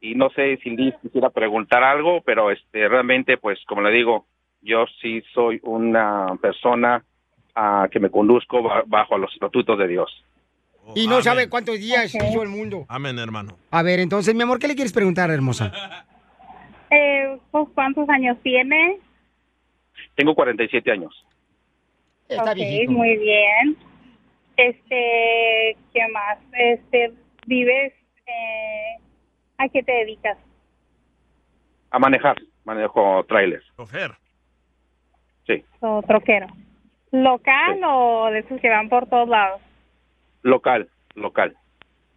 Speaker 6: y no sé si Liz quisiera preguntar algo, pero este realmente, pues como le digo, yo sí soy una persona ah, que me conduzco ba- bajo los estatutos de Dios.
Speaker 1: y no sabe cuántos días hizo el mundo.
Speaker 2: Amén, hermano.
Speaker 1: A ver, entonces, mi amor, ¿qué le quieres preguntar, hermosa?
Speaker 27: Eh, pues, ¿Cuántos años tiene?
Speaker 6: Tengo 47 años.
Speaker 27: ok, muy bien. Este, ¿qué más? Este, ¿vives? Eh, ¿A qué te dedicas?
Speaker 6: A manejar, manejo trailers. Sí,
Speaker 27: ¿O troquero? ¿Local o de esos que van por todos lados?
Speaker 6: local, local.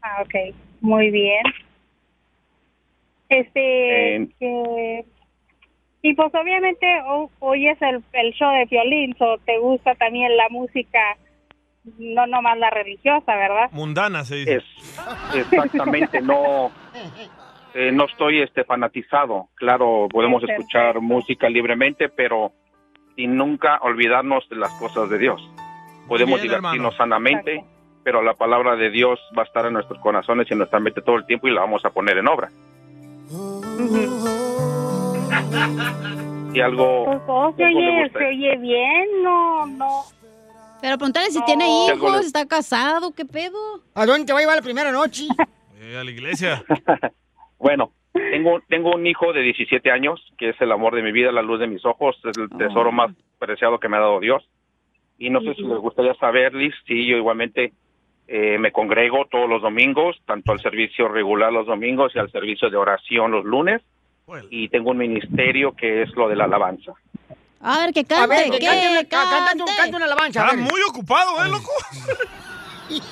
Speaker 27: Ah, ok, muy bien. Este,
Speaker 6: En-
Speaker 27: que- y pues obviamente o- oyes el, el show de violín, o te gusta también la música, no nomás la
Speaker 6: *laughs*
Speaker 27: religiosa, ¿verdad?
Speaker 2: Mundana se dice.
Speaker 6: Exactamente, no eh, no estoy este fanatizado. Claro, podemos
Speaker 27: Perfecto.
Speaker 6: escuchar música libremente, pero sin nunca olvidarnos de las cosas de Dios. Podemos
Speaker 2: Bien,
Speaker 6: divertirnos
Speaker 2: hermano.
Speaker 6: sanamente, pero la palabra de Dios va a estar en nuestros corazones y en nuestra mente todo el tiempo y la vamos a poner en obra. Y algo
Speaker 27: Pues todo Pues, se
Speaker 6: Algo le
Speaker 27: oye,
Speaker 6: gusta.
Speaker 27: se oye bien, no, no.
Speaker 3: Pero pregúntale si tiene
Speaker 6: Algo
Speaker 3: hijos,
Speaker 6: le-
Speaker 3: está casado, ¿qué pedo?
Speaker 1: ¿A dónde te va a llevar la primera noche?
Speaker 2: Eh, a la iglesia.
Speaker 6: Bueno, tengo, tengo un hijo de 17 años, que es el amor de mi vida, la luz de mis ojos, es el tesoro
Speaker 1: Ah.
Speaker 6: más preciado que me ha dado Dios. Y no sé si les gustaría saber, Liz, si yo igualmente eh, me congrego todos los domingos, tanto al servicio regular los domingos y al servicio de oración los lunes. Y tengo un ministerio que es lo de la alabanza. *laughs*
Speaker 3: A ver, que cante,
Speaker 1: A ver, que
Speaker 3: que
Speaker 1: cante una-
Speaker 3: cante.
Speaker 1: ca- canta un- canta una alabanza. a
Speaker 2: Está
Speaker 1: ver.
Speaker 2: muy ocupado, ¿eh, loco?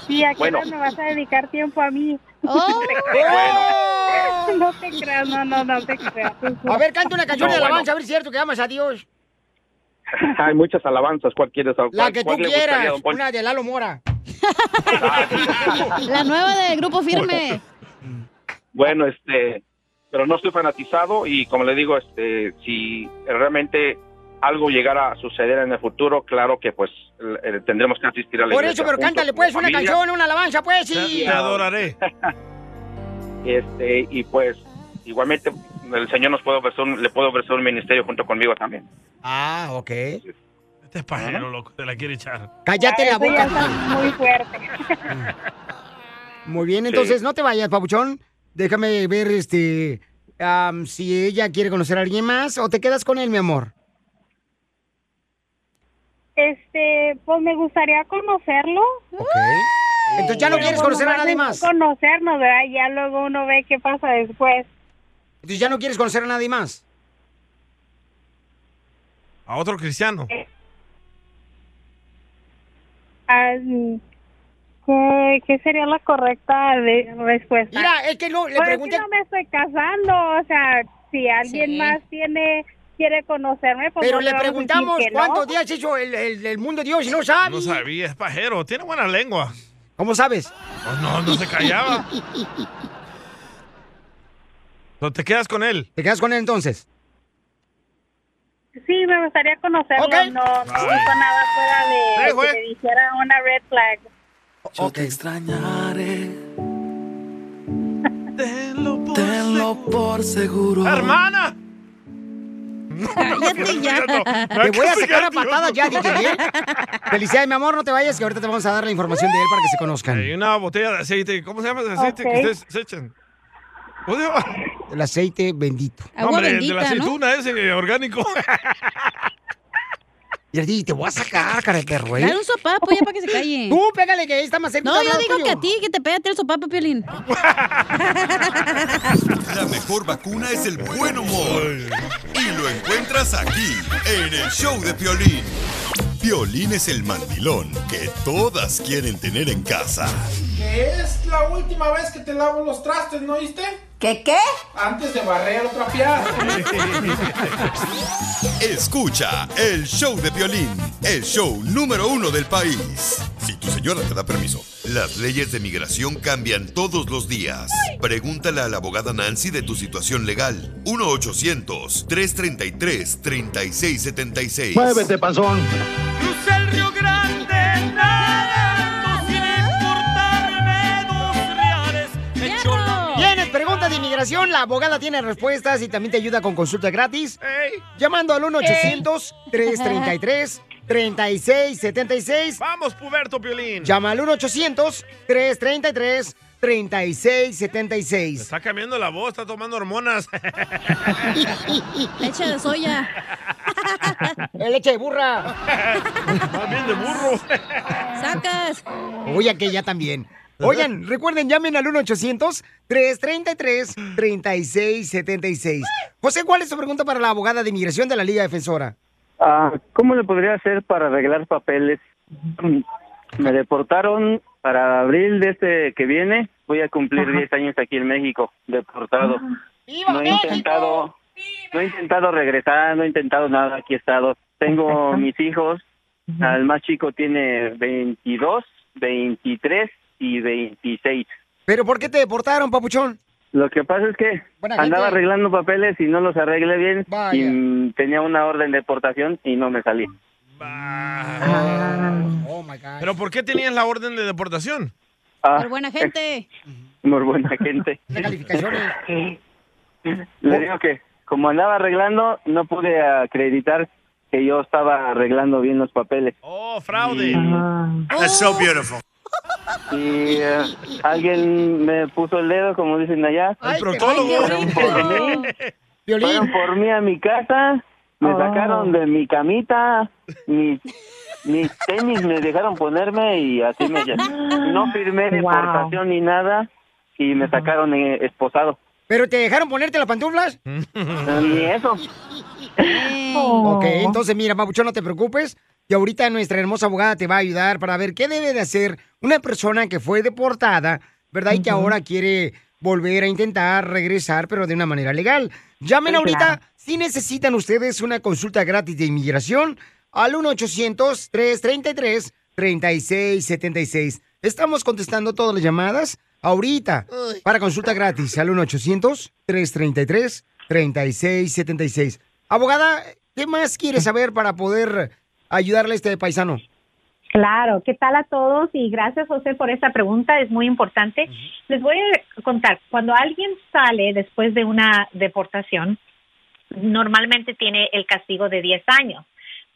Speaker 27: ¿Y a qué
Speaker 2: Bueno.
Speaker 27: hora me vas a dedicar tiempo a mí? Oh.
Speaker 3: Oh.
Speaker 6: *laughs*
Speaker 27: No te creas, no, no, no te creas.
Speaker 1: A ver, canta una canción
Speaker 6: No,
Speaker 1: de
Speaker 6: bueno.
Speaker 1: alabanza, a ver si es cierto que amas a Dios.
Speaker 6: Hay muchas alabanzas, ¿cuál quieres? ¿Cuál-
Speaker 1: La que tú
Speaker 6: cuál le gustaría,
Speaker 1: quieras,
Speaker 6: don Poncho?
Speaker 1: una de Lalo Mora.
Speaker 3: La nueva de Grupo Firme.
Speaker 6: Bueno, este, pero no estoy fanatizado y como le digo, este, si realmente algo llegara a suceder en el futuro, claro que pues el- el- tendremos que asistir a la
Speaker 1: Por eso,
Speaker 6: iglesia
Speaker 1: pero
Speaker 6: juntos
Speaker 1: cántale
Speaker 6: como
Speaker 1: pues una
Speaker 6: familia,
Speaker 1: canción, una alabanza, pues, y...
Speaker 2: Te adoraré.
Speaker 6: *laughs* Este, y pues igualmente el Señor nos puede ofrecer, un- le puede ofrecer un ministerio junto conmigo también.
Speaker 1: Ah, ok.
Speaker 2: Este es pajero, loco. Te la quiere echar.
Speaker 3: Ah,
Speaker 1: Cállate la
Speaker 27: Eso ya
Speaker 1: boca.
Speaker 27: está muy fuerte.
Speaker 1: Muy bien, entonces no te vayas, papuchón. déjame ver este am, si ella quiere conocer a alguien más o te quedas con él, mi amor.
Speaker 27: Este, pues me gustaría conocerlo.
Speaker 1: Entonces ya no
Speaker 27: Pero
Speaker 1: quieres
Speaker 27: pues
Speaker 1: conocer a
Speaker 27: nomás
Speaker 1: nadie
Speaker 27: es
Speaker 1: más.
Speaker 27: Conocernos, ¿verdad? Ya luego uno ve qué pasa después.
Speaker 1: Entonces ya no quieres conocer a nadie más.
Speaker 2: A otro cristiano.
Speaker 27: Ah, mm, ¿Qué, qué sería la correcta de- respuesta?
Speaker 1: Mira, es que no,
Speaker 27: le pregunté... no me estoy casando, o sea, si alguien
Speaker 1: Sí.
Speaker 27: más tiene quiere conocerme, pues
Speaker 1: Pero
Speaker 27: no
Speaker 1: le
Speaker 27: vamos a decir
Speaker 1: preguntamos
Speaker 27: que no.
Speaker 1: cuántos días hizo el, el- el mundo de Dios y no sabe.
Speaker 2: No sabía, es pajero. Tiene buena lengua. Oh,
Speaker 1: ¿Cómo sabes?
Speaker 2: no, no se
Speaker 1: *laughs*
Speaker 2: callaba. No, te quedas con él.
Speaker 1: ¿Te quedas con él entonces?
Speaker 27: Sí, me gustaría conocerlo. No, no
Speaker 2: Ay.
Speaker 27: dijo nada fuera de
Speaker 12: Dejo,
Speaker 27: que
Speaker 12: eh.
Speaker 27: me dijera una red flag.
Speaker 12: Yo te extrañaré. Tenlo por, seguro.
Speaker 2: ¡Hermana! *laughs*
Speaker 12: Cállate ya.
Speaker 1: Te voy a sacar a patadas ya, DJ. ¿eh? Felicidades, mi amor, no te vayas, que ahorita te vamos a dar la información de él para que se conozcan.
Speaker 2: Hay una botella de aceite. ¿Cómo se llama ese aceite
Speaker 1: Ok.
Speaker 2: que ustedes se echan? ¿Cómo se llama?
Speaker 1: El aceite bendito.
Speaker 2: No, hombre, el de la aceituna ese orgánico. *laughs*
Speaker 1: Y el DJ, te voy a sacar, cara de perro, ¿eh?
Speaker 3: Dale un sopapo ya para que se calle.
Speaker 1: Tú, pégale, que ahí está más cerca.
Speaker 3: No,
Speaker 1: al
Speaker 3: yo
Speaker 1: lado
Speaker 3: digo
Speaker 1: tuyo.
Speaker 3: que a ti, que te pégate el sopapo,
Speaker 1: *laughs*
Speaker 3: Piolín.
Speaker 4: La mejor vacuna es el buen humor. Y lo encuentras aquí, en el show de Piolín. Piolín es el mandilón que todas quieren tener en casa.
Speaker 18: Que es la última vez que te lavo los trastes, ¿no oíste?
Speaker 4: ¿Qué qué?
Speaker 18: Antes de barrer
Speaker 21: *laughs*
Speaker 18: o trapear.
Speaker 4: *laughs* Escucha el show de Piolín, el show número uno del país. Si tu señora te da permiso. Las leyes de migración cambian todos los días. Pregúntale a la abogada Nancy de tu situación legal. 1-800-333-3676.
Speaker 18: panzón.
Speaker 12: Crucé el Río Grande nadando sin importarme dos reales. Me echó la
Speaker 1: Bien, es pregunta de inmigración. La abogada tiene respuestas y también te ayuda con consulta gratis. Llamando al 1-800-333-3676.
Speaker 2: Vamos, puberto Piolín.
Speaker 1: Llama al 1-800-333-3676.
Speaker 2: Está cambiando la voz, está
Speaker 1: *laughs*
Speaker 2: tomando hormonas.
Speaker 3: *laughs* Leche de soya.
Speaker 1: Leche de burra.
Speaker 2: Más bien de burro.
Speaker 3: Sacas.
Speaker 1: Oye, que ya también. Oigan, recuerden, llamen al 1-800-333-3676. José, ¿cuál es tu pregunta para la abogada de inmigración de la Liga Defensora?
Speaker 28: Ah, ¿Cómo le podría hacer para arreglar papeles? Me deportaron para abril de este que viene. Voy a cumplir 10 años aquí en México, deportado. No he intentado, no he intentado regresar, no he intentado nada. Aquí he estado. Tengo mis hijos. Al más chico tiene 22, 23 y 26.
Speaker 1: ¿Pero por qué te deportaron, papuchón?
Speaker 28: Lo que pasa es que
Speaker 1: Buena gente.
Speaker 28: andaba arreglando papeles y no los arreglé bien y mm, tenía una orden de deportación y no me salí.
Speaker 2: ¿Pero por qué tenías la orden de deportación?
Speaker 28: Ah,
Speaker 3: Por buena gente.
Speaker 28: Muy buena gente. Le digo que como andaba arreglando, no pude acreditar que yo estaba arreglando bien los papeles.
Speaker 2: Oh, fraude.
Speaker 28: That's so beautiful. Y eh, alguien me puso el dedo, como dicen allá.
Speaker 2: El proctólogo.
Speaker 28: Fueron por mí, fueron por mí a mi casa, me
Speaker 12: Oh.
Speaker 28: sacaron de mi camita, mis, mis tenis me dejaron ponerme y así me... No firmé deportación ni nada y me sacaron eh, esposado.
Speaker 1: ¿Pero te dejaron ponerte las pantuflas?
Speaker 28: *laughs* Ni eso.
Speaker 1: *laughs* Ok, entonces mira, Papuchón, no te preocupes. Y ahorita nuestra hermosa abogada te va a ayudar para ver qué debe de hacer una persona que fue deportada, ¿verdad? Y que ahora quiere volver a intentar regresar, pero de una manera legal. Llamen
Speaker 29: Sí,
Speaker 1: ahorita
Speaker 29: claro.
Speaker 1: si necesitan ustedes una consulta gratis de inmigración al 1-800-333-3676. Estamos contestando todas las llamadas ahorita para consulta gratis al 1-800-333-3676. Abogada, ¿qué más quiere saber para poder ayudarle a este paisano?
Speaker 29: Claro, ¿qué tal a todos? Y gracias, José, por esta pregunta, es muy importante. Les voy a contar, cuando alguien sale después de una deportación, normalmente tiene el castigo de 10 años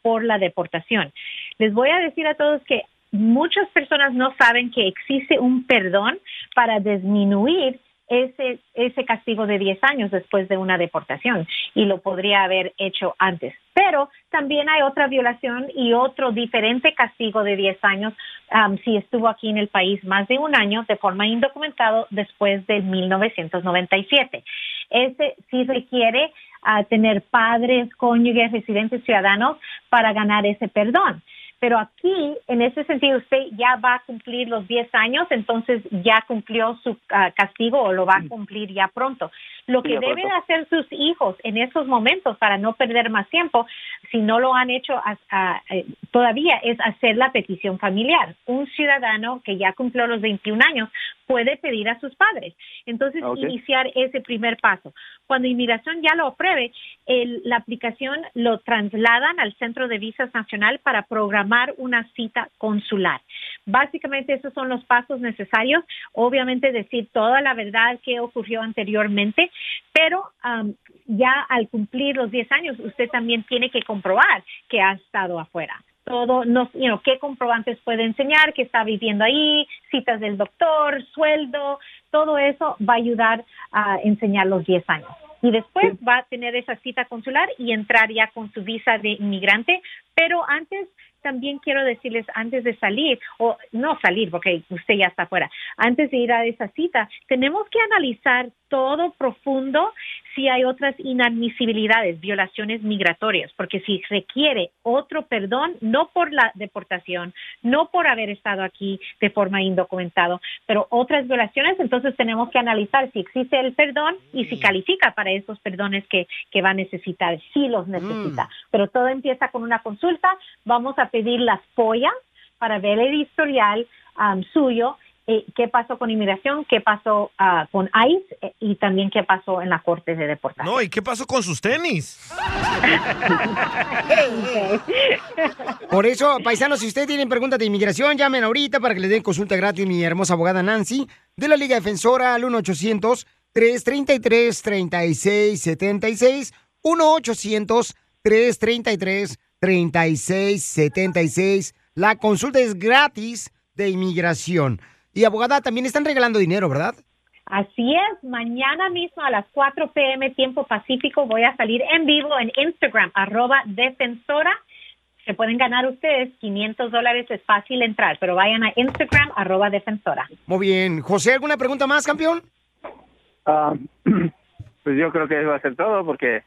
Speaker 29: por la deportación. Les voy a decir a todos que muchas personas no saben que existe un perdón para disminuir ese, ese castigo de 10 años después de una deportación y lo podría haber hecho antes. Pero también hay otra violación y otro diferente castigo de 10 años um, si estuvo aquí en el país más de un año de forma indocumentado después de 1997. Ese sí requiere uh, tener padres, cónyuges, residentes, ciudadanos para ganar ese perdón. Pero aquí, en ese sentido, usted ya va a cumplir los 10 años, entonces ya cumplió su ah, castigo o lo va a cumplir ya pronto. Lo
Speaker 26: Mm. Sí,
Speaker 29: que
Speaker 26: de
Speaker 29: deben
Speaker 26: acuerdo.
Speaker 29: hacer sus hijos en esos momentos para no perder más tiempo, si no lo han hecho as- a- eh, todavía, es hacer la petición familiar. Un ciudadano que ya cumplió los 21 años puede pedir a sus padres. Entonces,
Speaker 26: Ah, ok.
Speaker 29: iniciar ese primer paso. Cuando inmigración ya lo apruebe, el- la aplicación lo trasladan al Centro de Visas Nacional para programar una cita consular. Básicamente esos son los pasos necesarios. Obviamente decir toda la verdad que ocurrió anteriormente, pero am, ya al cumplir los 10 años usted también tiene que comprobar que ha estado afuera. Todo, no, you know, qué comprobantes puede enseñar, que está viviendo ahí, citas del doctor, sueldo, todo eso va a ayudar a enseñar los 10 años. Y después va a tener esa cita consular y entrar ya con su visa de inmigrante. Pero antes, también quiero decirles, antes de salir, o no salir porque usted ya está fuera, antes de ir a esa cita, tenemos que analizar todo profundo si hay otras inadmisibilidades, violaciones migratorias, porque si requiere otro perdón, no por la deportación, no por haber estado aquí de forma indocumentado, pero otras violaciones, entonces tenemos que analizar si existe el perdón y
Speaker 2: Mm.
Speaker 29: si califica para esos perdones que, que va a necesitar, si los necesita.
Speaker 2: Mm.
Speaker 29: Pero todo empieza con una consulta, vamos a pedir las pollas para ver el historial am, suyo, eh, qué pasó con inmigración, qué pasó ah, con ICE eh, y también qué pasó en la corte de deportación.
Speaker 2: No, ¿y qué pasó con sus tenis?
Speaker 1: *laughs* Por eso, paisanos, si ustedes tienen preguntas de inmigración, llamen ahorita para que les den consulta gratis mi hermosa abogada Nancy de la Liga Defensora al 1-800-333-3676, 1-800-333-3676. La consulta es gratis de inmigración. Y abogada, también están regalando dinero, ¿verdad?
Speaker 29: Así es, mañana mismo a las 4 p.m. tiempo pacífico voy a salir en vivo en Instagram, arroba defensora. Se pueden ganar ustedes 500 dólares, es fácil entrar, pero vayan a Instagram, arroba defensora.
Speaker 1: Muy bien. José, ¿alguna pregunta más, campeón?
Speaker 28: Ah, pues yo creo que eso va a ser todo porque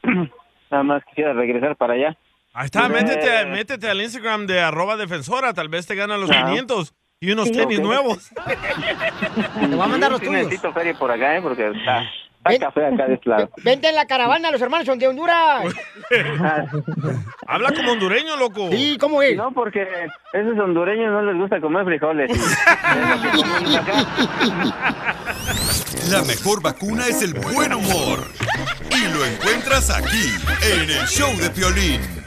Speaker 28: *clears throat* nada más quisiera regresar para allá.
Speaker 2: Ahí está, métete,
Speaker 28: Eh.
Speaker 2: métete al Instagram de arroba defensora, tal vez te ganan los
Speaker 28: Ah.
Speaker 2: 500 y unos
Speaker 28: Sí,
Speaker 2: tenis
Speaker 28: ok.
Speaker 2: nuevos.
Speaker 1: Te voy a mandar los
Speaker 28: Sí,
Speaker 1: tuyos.
Speaker 28: Necesito feria por acá, ¿eh? Porque está, está café acá de este lado.
Speaker 1: Vente en la caravana, los hermanos son de Honduras.
Speaker 2: *laughs* Habla como hondureño, loco.
Speaker 1: Sí, ¿cómo es?
Speaker 28: No, porque esos hondureños no les gusta comer frijoles.
Speaker 1: *laughs*
Speaker 4: La mejor vacuna es el buen humor. Y lo encuentras aquí, en el show de Piolín.